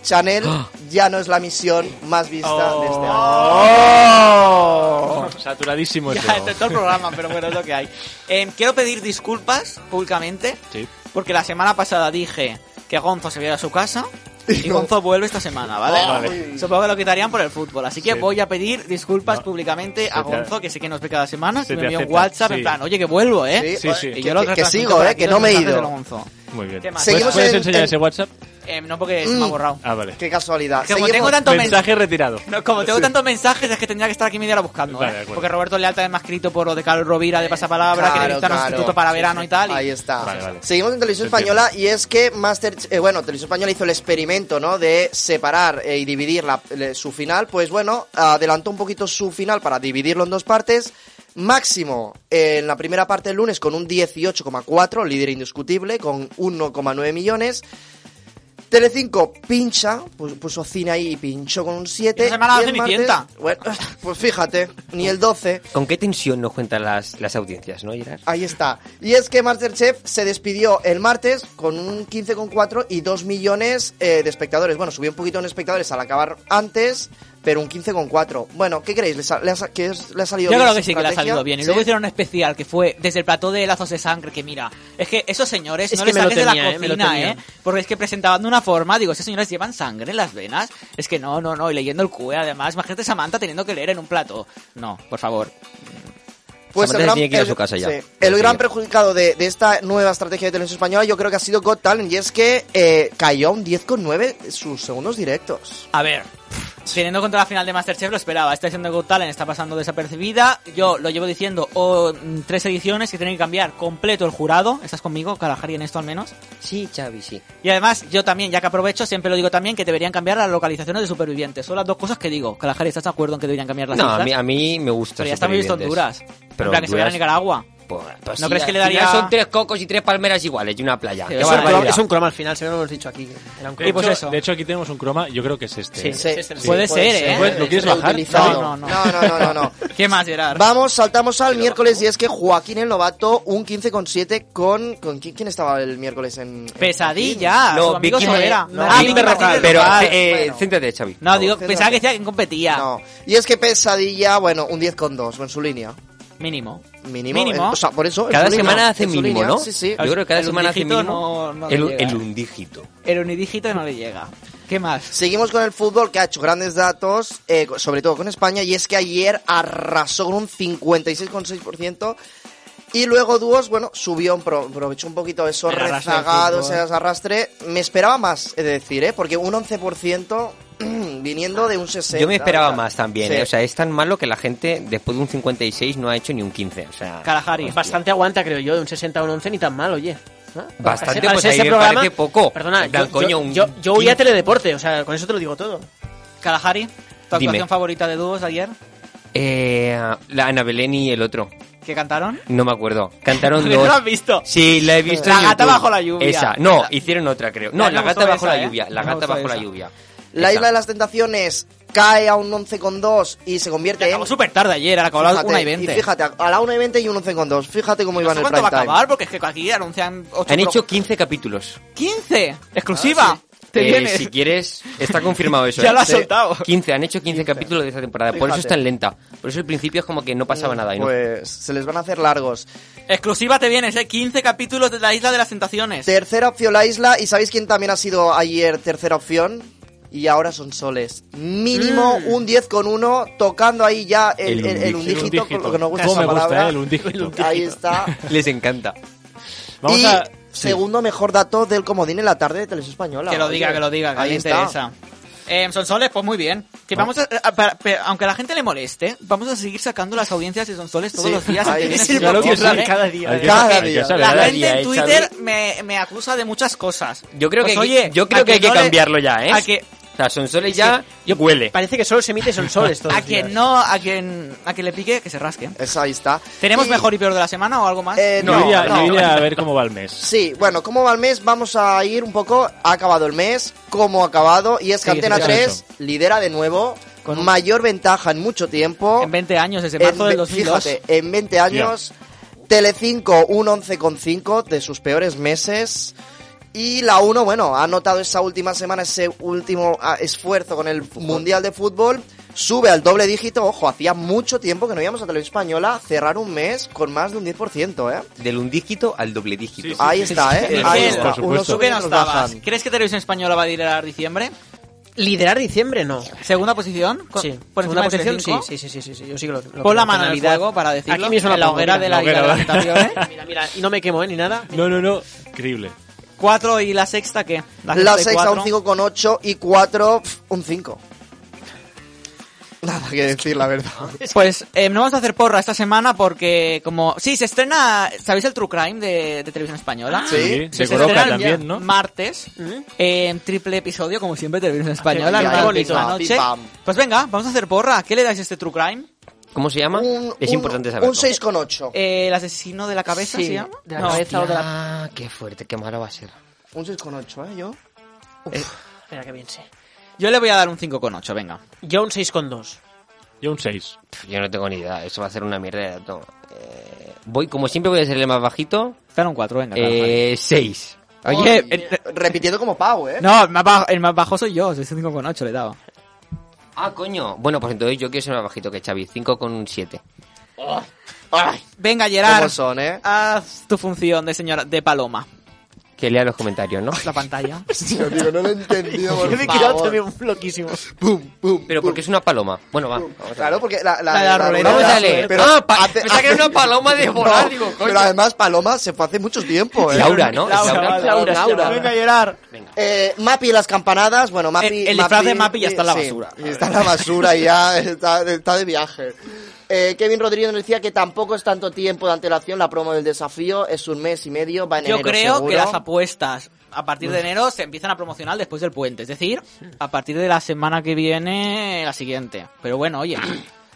Speaker 5: Chanel ya no es la misión más vista de este año.
Speaker 2: Oh, Saturadísimo
Speaker 3: Ya,
Speaker 2: eso.
Speaker 3: esto es todo el programa, pero bueno, es lo que hay. Em, quiero pedir disculpas públicamente
Speaker 2: Sí.
Speaker 3: porque la semana pasada dije que Gonzo se viera a su casa y
Speaker 5: No.
Speaker 3: Gonzo vuelve esta semana, ¿vale?
Speaker 5: Ah, vale.
Speaker 3: Supongo que lo quitarían por el fútbol, así que
Speaker 2: Sí.
Speaker 3: voy a pedir disculpas
Speaker 2: No.
Speaker 3: públicamente a
Speaker 2: Se te ha-
Speaker 3: Gonzo, que sé que nos ve cada semana,
Speaker 2: se
Speaker 3: que
Speaker 2: te
Speaker 3: me envía un
Speaker 2: acepta,
Speaker 3: WhatsApp
Speaker 2: sí.
Speaker 3: en plan, oye, que vuelvo, ¿eh?
Speaker 5: Sí,
Speaker 2: sí.
Speaker 3: Y
Speaker 5: Que-
Speaker 3: yo lo
Speaker 5: que- que
Speaker 3: retransmito
Speaker 5: sigo,
Speaker 3: por
Speaker 5: eh,
Speaker 3: aquí
Speaker 5: que
Speaker 3: los
Speaker 5: no me he
Speaker 3: mensajes
Speaker 5: ido.
Speaker 3: de Gonzo.
Speaker 2: Muy bien.
Speaker 3: ¿Qué más?
Speaker 2: ¿Puedes,
Speaker 5: Seguimos
Speaker 2: puedes
Speaker 5: en-
Speaker 2: enseñar
Speaker 5: en-
Speaker 2: ese WhatsApp?
Speaker 3: Em, no, porque se me ha borrado.
Speaker 2: Ah, vale.
Speaker 5: Qué casualidad.
Speaker 3: Que como
Speaker 5: Seguimos.
Speaker 3: tengo tanto mensaje
Speaker 2: Mensaje retirado.
Speaker 3: No, como tengo tantos mensajes, es que tendría que estar aquí media hora buscando,
Speaker 2: Vale,
Speaker 3: ¿eh?
Speaker 2: de acuerdo.
Speaker 3: Porque Roberto Leal también me ha escrito por lo de Carlos Rovira de Pasapalabra, que
Speaker 5: Claro,
Speaker 3: necesitan un
Speaker 5: claro.
Speaker 3: sustituto para verano y tal. y-
Speaker 5: Ahí está.
Speaker 2: Vale, vale.
Speaker 5: Seguimos en Televisión
Speaker 2: Te entiendo.
Speaker 5: Española y es que Master, eh, bueno, Televisión Española hizo el experimento, ¿no? De separar eh, y dividir la- le- su final. Pues bueno, adelantó un poquito su final para dividirlo en dos partes. Máximo eh, en la primera parte del lunes con un 18,4, líder indiscutible, con 1,9 millones. Telecinco pincha, pu- puso cine ahí y pinchó con un 7.
Speaker 3: Esta semana
Speaker 5: y
Speaker 3: no
Speaker 5: el
Speaker 3: hace ni
Speaker 5: martes-
Speaker 3: tienta.
Speaker 5: Bueno, pues fíjate, ni el 12.
Speaker 4: ¿Con qué tensión nos cuentan las, las audiencias, no, Gerard?
Speaker 5: Ahí está. Y es que Masterchef se despidió el martes con un 15,4 y 2 millones eh, de espectadores. Bueno, subió un poquito en espectadores al acabar antes, pero un 15,4. Bueno, ¿qué creéis? ¿Le, sa- le ha, sa- que es- le ha salido
Speaker 3: Yo
Speaker 5: bien
Speaker 3: creo
Speaker 5: esa
Speaker 3: que sí que le ha
Speaker 5: estrategia?
Speaker 3: salido bien. Y
Speaker 5: ¿Sí?
Speaker 3: luego hicieron un especial que fue desde el plató de lazos de sangre, que mira, es que esos señores
Speaker 13: Es
Speaker 3: no
Speaker 13: que
Speaker 3: les
Speaker 13: me lo
Speaker 3: saques de la
Speaker 13: temía, eh, me lo
Speaker 3: cocina,
Speaker 13: temía.
Speaker 3: ¿eh? Porque es que presentaban de una forma, digo, esos señores llevan sangre en las venas. Es que no, no, no, y leyendo el QE además, imagínate Samantha teniendo que leer en un plató. No, por favor.
Speaker 5: Pues el
Speaker 4: Samantha
Speaker 5: gran,
Speaker 4: tiene que ir a
Speaker 5: el-
Speaker 4: su casa ya.
Speaker 5: sí. El gran perjudicado de, de esta nueva estrategia de televisión española yo creo que ha sido Got Talent y es que eh, cayó a un 10,9 sus segundos directos.
Speaker 3: A ver, teniendo contra la final de Masterchef lo esperaba. Esta edición de Got Talent está pasando desapercibida. Yo lo llevo diciendo o mm, tres ediciones que tienen que cambiar completo el jurado. ¿Estás conmigo, Kalahari, en esto al menos?
Speaker 4: Sí, Xavi, sí.
Speaker 3: Y además, yo también, ya que aprovecho, siempre lo digo también, que deberían cambiar las localizaciones de supervivientes. Son las dos cosas que digo. Kalahari, ¿estás de acuerdo en que deberían cambiar las
Speaker 4: No,
Speaker 3: islas?
Speaker 4: a mí, a mí me gusta.
Speaker 3: Pero ya está muy visto
Speaker 4: Supervivientes.
Speaker 3: Honduras. Pero en plan, que se vaya a Nicaragua.
Speaker 4: Pues, pues
Speaker 3: ¿No
Speaker 4: sí,
Speaker 3: crees que
Speaker 4: al
Speaker 3: le daría-
Speaker 4: final Son tres cocos y tres palmeras iguales y una playa.
Speaker 6: Sí,
Speaker 4: Qué
Speaker 6: es, un
Speaker 4: barbaridad.
Speaker 6: croma, es un croma al final, se lo hemos dicho aquí. Era un
Speaker 2: De,
Speaker 6: croma.
Speaker 2: hecho, de hecho, aquí tenemos un croma. Yo creo que es este.
Speaker 6: Sí,
Speaker 5: Sí, Pues
Speaker 6: sí,
Speaker 2: Puede ser, ¿eh? ¿Lo quieres bajar?
Speaker 5: Reutilizado.
Speaker 3: No, no, no.
Speaker 5: no, no, no, no.
Speaker 3: ¿Qué más, Gerard?
Speaker 5: Vamos, saltamos al miércoles y es que Joaquín el Novato, un 15,7 con... con ¿quién, quién estaba el miércoles en...? en-
Speaker 3: Pesadilla.
Speaker 4: No,
Speaker 3: su amigo
Speaker 4: Vicky
Speaker 3: Solera.
Speaker 4: Moreno.
Speaker 3: Ah,
Speaker 4: Vicky
Speaker 3: Vicky
Speaker 4: Moreno.
Speaker 3: Moreno.
Speaker 4: Pero,
Speaker 3: Vale.
Speaker 4: eh, céntrate, Xavi.
Speaker 3: No, digo, pensaba que decía que competía.
Speaker 5: No. Y es que Pesadilla, bueno, un 10,2 en su línea.
Speaker 3: Mínimo.
Speaker 5: Mínimo.
Speaker 3: Mínimo.
Speaker 5: en- o sea, por eso... en
Speaker 4: Cada
Speaker 5: su línea,
Speaker 4: semana hace
Speaker 5: en su
Speaker 4: mínimo,
Speaker 5: línea,
Speaker 4: ¿no?
Speaker 5: Sí, sí.
Speaker 4: Yo creo que cada
Speaker 3: El
Speaker 4: semana hace
Speaker 3: undígito
Speaker 4: mínimo.
Speaker 3: no- no le
Speaker 4: el,
Speaker 3: llega.
Speaker 4: el undígito.
Speaker 3: El unidígito no le llega. ¿Qué más?
Speaker 5: Seguimos con el fútbol que ha hecho grandes datos, eh, co- sobre todo con España, y es que ayer arrasó con un 56,6%. Y luego Dúos, bueno, subió, un pro- aprovechó un poquito esos
Speaker 3: El arrastre del
Speaker 5: rezagados,
Speaker 3: fútbol.
Speaker 5: ese arrastre. Me esperaba más, he de decir, ¿eh? Porque un 11% viniendo de un 60%.
Speaker 4: Yo me esperaba
Speaker 5: ¿verdad?
Speaker 4: más también.
Speaker 5: Sí.
Speaker 4: ¿eh? O sea, es tan malo que la gente después de un 56 no ha hecho ni un 15. O sea,
Speaker 3: Kalahari.
Speaker 6: Bastante aguanta, creo yo, de un 60 a un 11, ni tan mal, oye. ¿no?
Speaker 4: Bastante,
Speaker 6: Para
Speaker 4: pues
Speaker 6: ser
Speaker 4: ahí
Speaker 6: ese
Speaker 4: me
Speaker 6: programa-
Speaker 4: parece poco.
Speaker 6: Perdona,
Speaker 4: En plan,
Speaker 6: yo,
Speaker 4: coño,
Speaker 6: yo,
Speaker 4: un
Speaker 6: yo, yo huía a
Speaker 4: 15.
Speaker 6: teledeporte, o sea, con eso te lo digo todo.
Speaker 3: Kalahari, ¿tu actuación
Speaker 4: Dime.
Speaker 3: favorita de dúos de ayer?
Speaker 4: eh, la Ana Belén y el otro.
Speaker 3: ¿Qué cantaron?
Speaker 4: No me acuerdo. Cantaron
Speaker 3: Porque no
Speaker 4: dos.
Speaker 3: lo has visto.
Speaker 4: Sí, la he visto.
Speaker 3: La
Speaker 4: en
Speaker 3: gata
Speaker 4: YouTube.
Speaker 3: bajo la lluvia.
Speaker 4: Esa. No,
Speaker 3: La-
Speaker 4: hicieron otra, creo.
Speaker 3: A
Speaker 4: No,
Speaker 3: mí
Speaker 4: la
Speaker 3: me
Speaker 4: gata
Speaker 3: gustó
Speaker 4: bajo
Speaker 3: esa,
Speaker 4: la
Speaker 3: ¿eh?
Speaker 4: lluvia. La
Speaker 3: Me
Speaker 4: gata
Speaker 3: gustó
Speaker 4: bajo la
Speaker 3: esa.
Speaker 4: lluvia.
Speaker 5: La
Speaker 4: Esa.
Speaker 5: Isla de las Tentaciones cae a un 11,2 y se convierte en...
Speaker 3: Acabó súper tarde ayer, acabó a las
Speaker 5: Fíjate,
Speaker 3: 1 y
Speaker 5: y
Speaker 3: 20.
Speaker 5: fíjate, a la 1 y 20 y un 11,2. Fíjate cómo
Speaker 3: no
Speaker 5: iban
Speaker 3: sé
Speaker 5: el
Speaker 3: cuánto
Speaker 5: prime
Speaker 3: va a
Speaker 5: time.
Speaker 3: acabar porque es que aquí anuncian 8
Speaker 4: Han hecho 15 capítulos.
Speaker 3: 15. Exclusiva.
Speaker 5: Ah,
Speaker 3: Te
Speaker 4: Eh,
Speaker 3: vienes.
Speaker 4: Si quieres, está confirmado eso.
Speaker 3: Ya
Speaker 4: ¿eh?
Speaker 3: lo has
Speaker 4: Sí.
Speaker 3: soltado.
Speaker 4: 15, han hecho 15 capítulos de esta temporada. Por eso
Speaker 5: Fíjate.
Speaker 4: es tan lenta. Por eso el principio es como que no pasaba nada. y no.
Speaker 5: Pues se les van a hacer largos.
Speaker 3: Exclusiva te vienes, eh. 15 capítulos de la Isla de las Tentaciones.
Speaker 5: Tercera opción la isla. ¿Y sabéis quién también ha sido ayer tercera opción? Y ahora son soles.
Speaker 2: Mm.
Speaker 5: Mínimo un 10 con 1, tocando ahí ya
Speaker 4: El
Speaker 5: el, el, el
Speaker 4: undígito.
Speaker 5: undígito,
Speaker 2: dígito.
Speaker 5: con lo que nos gusta
Speaker 2: Cómo
Speaker 5: esa
Speaker 2: me
Speaker 5: palabra.
Speaker 2: gusta, ¿eh? El undígito.
Speaker 5: Ahí está.
Speaker 4: Les encanta.
Speaker 2: Vamos
Speaker 5: y
Speaker 2: a... sí.
Speaker 5: segundo mejor dato del comodín en la tarde de Televisión Española.
Speaker 3: que lo diga,
Speaker 5: Oye,
Speaker 3: que lo diga, que a
Speaker 5: ahí
Speaker 3: mí me
Speaker 5: está. Ah.
Speaker 3: interesa. Eh, Sonsoles, pues muy bien. Que vamos a, a- para- pe- aunque a la gente le moleste, vamos a seguir sacando las audiencias de Sonsoles todos
Speaker 5: Sí,
Speaker 3: los días.
Speaker 5: ahí.
Speaker 3: Es
Speaker 5: Sí,
Speaker 3: el
Speaker 2: claro que
Speaker 3: motivo,
Speaker 2: sí,
Speaker 3: ¿eh?
Speaker 6: Cada día.
Speaker 2: Hay que-
Speaker 5: Cada
Speaker 2: hay que
Speaker 5: día.
Speaker 2: saber.
Speaker 3: La
Speaker 4: Cada
Speaker 3: gente
Speaker 4: día,
Speaker 3: en
Speaker 4: eh,
Speaker 3: Twitter
Speaker 4: Xavi.
Speaker 3: me, me acusa de muchas cosas.
Speaker 4: Yo creo
Speaker 3: Pues,
Speaker 4: que,
Speaker 3: oye,
Speaker 4: yo creo
Speaker 3: a
Speaker 4: que hay que
Speaker 3: no le-
Speaker 4: cambiarlo ya, ¿eh?
Speaker 3: A que,
Speaker 4: O sea, Sonsoles ya
Speaker 6: yo-
Speaker 4: huele.
Speaker 6: Parece que solo se emite son soles todos
Speaker 3: a
Speaker 6: los días.
Speaker 3: quien no, a quien, a quien le pique, que se rasque.
Speaker 5: Esa, ahí está.
Speaker 3: ¿Tenemos
Speaker 5: Y,
Speaker 3: mejor y peor de la semana o algo más?
Speaker 5: eh,
Speaker 2: Yo
Speaker 5: no,
Speaker 2: iría,
Speaker 5: no.
Speaker 2: yo iría a ver cómo va el mes.
Speaker 5: Sí, bueno, ¿cómo va el mes? Vamos a ir un poco. Ha acabado el mes, ¿cómo ha acabado? Y es que
Speaker 3: Sí,
Speaker 5: Antena
Speaker 3: sí, sí.
Speaker 5: 3 lidera de nuevo, con mayor ventaja en mucho tiempo.
Speaker 3: en 20 años, desde marzo
Speaker 5: En
Speaker 3: del
Speaker 5: ve-
Speaker 3: 2002.
Speaker 5: Fíjate, en 20 años, Telecinco un 11,5 de sus peores meses. Y la 1, bueno, ha notado esa última semana ese último ah, esfuerzo con el Mundial de Fútbol. Sube al doble dígito, ojo, hacía mucho tiempo que no íbamos a Televisión Española cerrar un mes con más de un 10%, ¿eh?
Speaker 4: Del un dígito al doble dígito.
Speaker 5: Ahí está, ¿eh?
Speaker 3: Miguel,
Speaker 5: Ahí
Speaker 3: por
Speaker 5: está.
Speaker 2: supuesto.
Speaker 5: Unos
Speaker 3: ¿Tú
Speaker 5: suben
Speaker 3: qué
Speaker 5: y
Speaker 3: no
Speaker 5: otros
Speaker 3: estabas?
Speaker 5: bajan.
Speaker 3: ¿Crees que Televisión Española va a liderar diciembre?
Speaker 6: Liderar diciembre, no.
Speaker 3: ¿Segunda posición? Con-
Speaker 6: Sí.
Speaker 3: ¿Por
Speaker 6: Segunda
Speaker 3: encima de
Speaker 6: posición, sí,
Speaker 3: Telecinco?
Speaker 6: sí, sí, sí, sí, sí, Yo sí que lo, lo
Speaker 3: Pon la
Speaker 6: creo.
Speaker 3: mano en el
Speaker 6: Tonalidad.
Speaker 3: fuego para decirlo.
Speaker 6: Aquí mismo la
Speaker 3: en la
Speaker 6: pongo,
Speaker 3: hoguera
Speaker 6: mira,
Speaker 3: de la ¿eh?
Speaker 2: hoguera,
Speaker 3: isla de las
Speaker 2: ¿verdad?
Speaker 3: tentaciones.
Speaker 6: Mira, mira, y no me quemo, ¿eh? Ni nada.
Speaker 2: No, no, no. Increíble.
Speaker 3: Cuatro y la sexta, ¿qué?
Speaker 5: La
Speaker 3: y
Speaker 5: sexta un
Speaker 3: cuatro.
Speaker 5: 5,8 y 4 pf, un 5. Nada que decir, la verdad.
Speaker 3: Pues eh, no vamos a hacer porra esta semana porque como... Sí, se estrena... ¿Sabéis el True Crime de, de Televisión Española?
Speaker 5: Ah, Sí.
Speaker 2: Sí, de
Speaker 3: Se
Speaker 2: Goroka
Speaker 3: estrena
Speaker 2: también,
Speaker 3: ya
Speaker 2: ¿no?
Speaker 3: martes,
Speaker 6: ¿Mm?
Speaker 3: eh, en triple episodio, como siempre, Televisión Española,
Speaker 5: Ah, qué
Speaker 3: nueva
Speaker 5: bonito.
Speaker 3: misma noche.
Speaker 5: Pim, pam.
Speaker 3: Pues venga, vamos a hacer porra. ¿Qué le dais a este True Crime?
Speaker 4: ¿Cómo se llama?
Speaker 5: Un-
Speaker 4: es
Speaker 5: un-
Speaker 4: importante saberlo.
Speaker 5: Un 6,8.
Speaker 3: Eh, ¿El asesino de la cabeza
Speaker 6: Sí,
Speaker 3: se llama?
Speaker 6: de la
Speaker 3: No.
Speaker 6: cabeza.
Speaker 4: Hostia,
Speaker 6: o de
Speaker 4: qué fuerte, qué malo va a ser.
Speaker 5: Un 6,8, ¿eh? Yo.
Speaker 6: Espera, que bien sé.
Speaker 3: Yo le voy a dar un 5,8, venga.
Speaker 6: Yo un 6,2.
Speaker 2: Yo un 6.
Speaker 4: Pff, Yo no tengo ni idea, eso va a ser una mierda de dato. Eh, voy, como siempre, voy a ser el más bajito.
Speaker 3: Está en un 4, venga. Carvajal.
Speaker 4: Eh, 6.
Speaker 3: Oye,
Speaker 5: Repitiendo como Pau, ¿eh?
Speaker 3: No, el más, bajo, el más bajo soy yo, soy 5,8 le he dado.
Speaker 4: Ah, coño. Bueno, pues entonces yo quiero ser más bajito que Xavi. 5 con 7.
Speaker 3: Venga, Gerard.
Speaker 4: ¿Cómo
Speaker 5: ¿eh?
Speaker 3: Haz tu función de señora de paloma.
Speaker 4: Que lea los comentarios, ¿no?
Speaker 3: La pantalla.
Speaker 5: Yo digo, no lo he entendido, por
Speaker 3: Yo me he quedado
Speaker 5: favor.
Speaker 3: también loquísimo.
Speaker 4: Pero porque es una paloma. Bueno, va.
Speaker 5: Claro, porque la, la,
Speaker 4: La de la ruleta. Vamos a leer. Ah, pa- pensaba que era una paloma de volar, digo, coño.
Speaker 5: Pero además, paloma se fue hace mucho tiempo, ¿eh?
Speaker 4: Laura, ¿no?
Speaker 5: Laura,
Speaker 4: Laura,
Speaker 5: Laura,
Speaker 4: Laura, Laura.
Speaker 3: Venga, Gerard.
Speaker 5: Eh, Mapi y las campanadas. Bueno, Mapi.
Speaker 3: El- el disfraz de Mapi ya está en la basura.
Speaker 5: sí, está en la basura y ya está, está de viaje. Eh, Kevin Rodríguez nos decía que tampoco es tanto tiempo de antelación la promo del desafío. Es un mes y medio, va en
Speaker 3: Yo
Speaker 5: enero
Speaker 3: creo
Speaker 5: seguro.
Speaker 3: que las apuestas a partir de enero se empiezan a promocionar después del puente. Es decir, a partir de la semana que viene, la siguiente. Pero bueno, oye.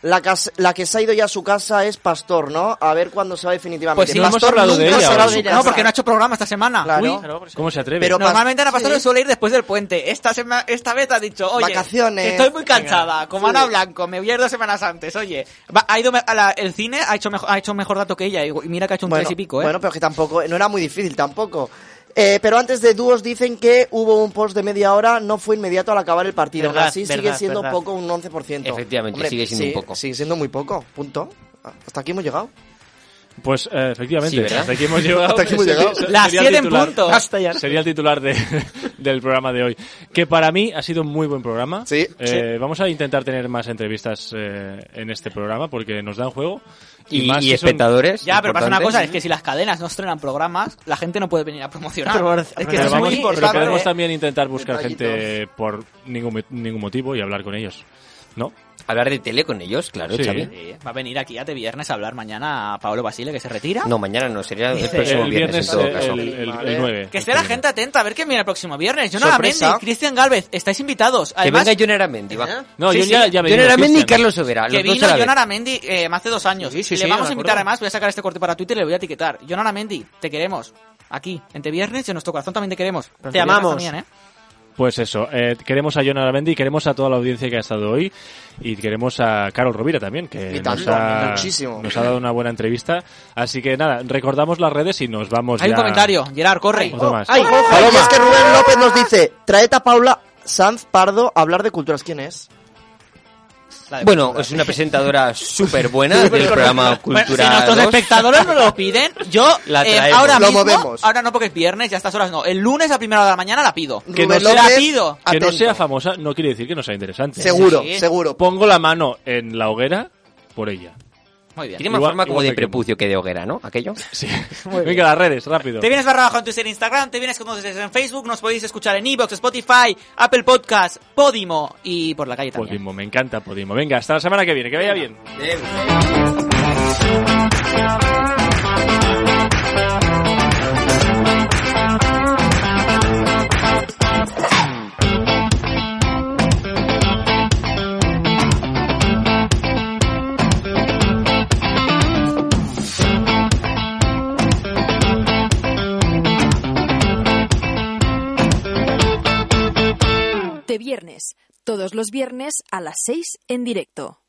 Speaker 5: La, cas- la que se ha ido ya a su casa es Pastor, ¿no? A ver cuándo se va definitivamente.
Speaker 3: Pues sí,
Speaker 5: Pastor
Speaker 3: hemos hablado
Speaker 5: nunca
Speaker 3: de ella,
Speaker 5: se va
Speaker 3: ¿no?
Speaker 5: de su
Speaker 3: No,
Speaker 5: casa.
Speaker 3: porque no ha hecho programa esta semana.
Speaker 5: Claro.
Speaker 3: Uy.
Speaker 2: ¿Cómo se atreve?
Speaker 5: Pero
Speaker 3: Normalmente Ana
Speaker 5: Pas-
Speaker 3: Pastor
Speaker 5: sí.
Speaker 3: suele ir después del puente. Esta, sema- esta vez ha dicho, oye,
Speaker 5: Vacaciones.
Speaker 3: estoy muy cansada,
Speaker 5: Venga.
Speaker 3: como
Speaker 5: Sí.
Speaker 3: Ana Blanco, me voy a ir dos semanas antes, oye. Va- ha ido me- a la- el cine ha hecho, mejor, ha hecho mejor dato que ella y y mira que ha hecho un
Speaker 5: bueno,
Speaker 3: tres y pico, ¿eh?
Speaker 5: bueno, pero que tampoco, no era muy difícil tampoco. Eh, pero antes de dúos dicen que hubo un post de media hora, no fue inmediato al acabar el partido. Aún
Speaker 4: Verdad,
Speaker 5: Así sigue
Speaker 4: verdad,
Speaker 5: siendo
Speaker 4: verdad.
Speaker 5: poco, un 11%.
Speaker 4: Efectivamente, sigue siendo un poco.
Speaker 5: Sigue siendo muy poco, punto. Hasta aquí hemos llegado.
Speaker 2: Pues eh, efectivamente,
Speaker 4: Sí, ¿verdad?
Speaker 2: hasta aquí hemos llegado.
Speaker 5: Hasta aquí hemos
Speaker 2: Sí,
Speaker 5: llegado.
Speaker 2: sí,
Speaker 3: Las
Speaker 2: sería el
Speaker 3: siete en
Speaker 2: titular-
Speaker 3: punto. Hasta ya.
Speaker 2: Sería el titular de- del programa de hoy. Que para mí ha sido un muy buen programa.
Speaker 5: Sí.
Speaker 2: Eh, Vamos a intentar tener más entrevistas eh, en este programa porque nos dan juego.
Speaker 4: Y,
Speaker 2: más
Speaker 4: y
Speaker 2: si son-
Speaker 4: espectadores.
Speaker 3: ya, pero pasa una
Speaker 4: importantes.
Speaker 3: cosa, es que si las cadenas no estrenan programas, la gente no puede venir a promocionar.
Speaker 6: Pero es que
Speaker 3: Pero
Speaker 2: Pero,
Speaker 6: esto es
Speaker 2: vamos-
Speaker 6: muy
Speaker 2: pero
Speaker 6: importante,
Speaker 2: podemos
Speaker 6: ¿eh?
Speaker 2: también intentar buscar
Speaker 5: Detallitos.
Speaker 2: gente por ningún, mo- ningún motivo y hablar con ellos. ¿No?
Speaker 4: Hablar de tele con ellos, claro,
Speaker 2: Sí.
Speaker 4: Xavi.
Speaker 3: Sí, va a venir aquí a te viernes a hablar mañana a Paolo Basile que se retira.
Speaker 4: No, mañana no, sería el
Speaker 3: El
Speaker 4: próximo
Speaker 2: el
Speaker 4: viernes,
Speaker 2: viernes,
Speaker 4: en todo
Speaker 2: eh,
Speaker 4: caso.
Speaker 2: el, el- el
Speaker 5: Vale.
Speaker 2: 9.
Speaker 3: Que esté la gente atenta a ver qué viene el próximo viernes. Jonah
Speaker 5: Sorpresa.
Speaker 3: Mendy, Cristian Galvez, estáis invitados.
Speaker 4: Que
Speaker 3: Además,
Speaker 4: venga John Aramendi, va.
Speaker 2: No,
Speaker 3: Sí,
Speaker 2: yo
Speaker 3: sí.
Speaker 2: ya, ya he
Speaker 4: John
Speaker 2: venido,
Speaker 4: Aramendi y
Speaker 2: Cristian.
Speaker 4: Carlos Sobera,
Speaker 3: Que
Speaker 4: los dos
Speaker 3: vino
Speaker 4: a la
Speaker 3: John
Speaker 4: vez.
Speaker 3: Aramendi eh, hace dos años.
Speaker 6: Sí, sí,
Speaker 3: y
Speaker 6: sí,
Speaker 3: le vamos a
Speaker 6: me acuerdo.
Speaker 3: invitar además, voy a sacar este corte para Twitter y le voy a etiquetar. John Aramendi, te queremos. Aquí, en Te Viernes, y en nuestro corazón también te queremos. Pero
Speaker 6: Te
Speaker 3: en Viernes
Speaker 6: amamos.
Speaker 3: también, ¿eh?
Speaker 2: Pues eso, eh, queremos a John Aramendi, queremos a toda la audiencia que ha estado hoy y queremos a Carol Rovira también, que
Speaker 5: Y
Speaker 2: nos,
Speaker 5: tanto,
Speaker 2: ha,
Speaker 5: muchísimo.
Speaker 2: nos ha dado una buena entrevista. Así que nada, recordamos las redes y nos vamos
Speaker 3: Hay
Speaker 2: Pues ya. pues
Speaker 3: un comentario. Gerard, corre.
Speaker 2: Otro más.
Speaker 5: ¡Ay, Y es que Rubén López nos dice, traed a Paula Sanz Pardo a hablar de culturas. ¿Quién es?
Speaker 4: Bueno, es una presentadora súper buena del programa
Speaker 3: Bueno, si
Speaker 4: Cultura
Speaker 3: nuestros
Speaker 4: 2.
Speaker 3: espectadores nos lo piden, yo
Speaker 4: La
Speaker 3: eh,
Speaker 4: traemos.
Speaker 3: ahora
Speaker 5: Lo
Speaker 3: mismo,
Speaker 5: movemos.
Speaker 3: ahora no porque es viernes, ya a estas horas no, el lunes a primera hora de la mañana la pido.
Speaker 2: Que
Speaker 5: Rubén
Speaker 2: no
Speaker 3: sea-
Speaker 5: López,
Speaker 3: Rápido.
Speaker 2: Que no
Speaker 5: atento.
Speaker 2: sea famosa no quiere decir que no sea interesante.
Speaker 5: Seguro,
Speaker 3: Sí.
Speaker 5: seguro.
Speaker 2: Pongo la mano en la hoguera por ella.
Speaker 3: Muy bien.
Speaker 4: Tiene más
Speaker 2: Igual-
Speaker 4: forma como
Speaker 2: igual
Speaker 4: de
Speaker 2: me quemo.
Speaker 4: prepucio que de hoguera, ¿no? Aquello.
Speaker 2: Sí. Venga, las redes, rápido.
Speaker 3: Te vienes barra abajo en Twitter e Instagram, te vienes con nosotros en Facebook, nos podéis escuchar en Evox, Spotify, Apple Podcast, Podimo y por la calle también.
Speaker 2: Podimo, me encanta Podimo. Venga, hasta la semana que viene, que vaya bien.
Speaker 8: De viernes, todos los viernes a las 6 en directo.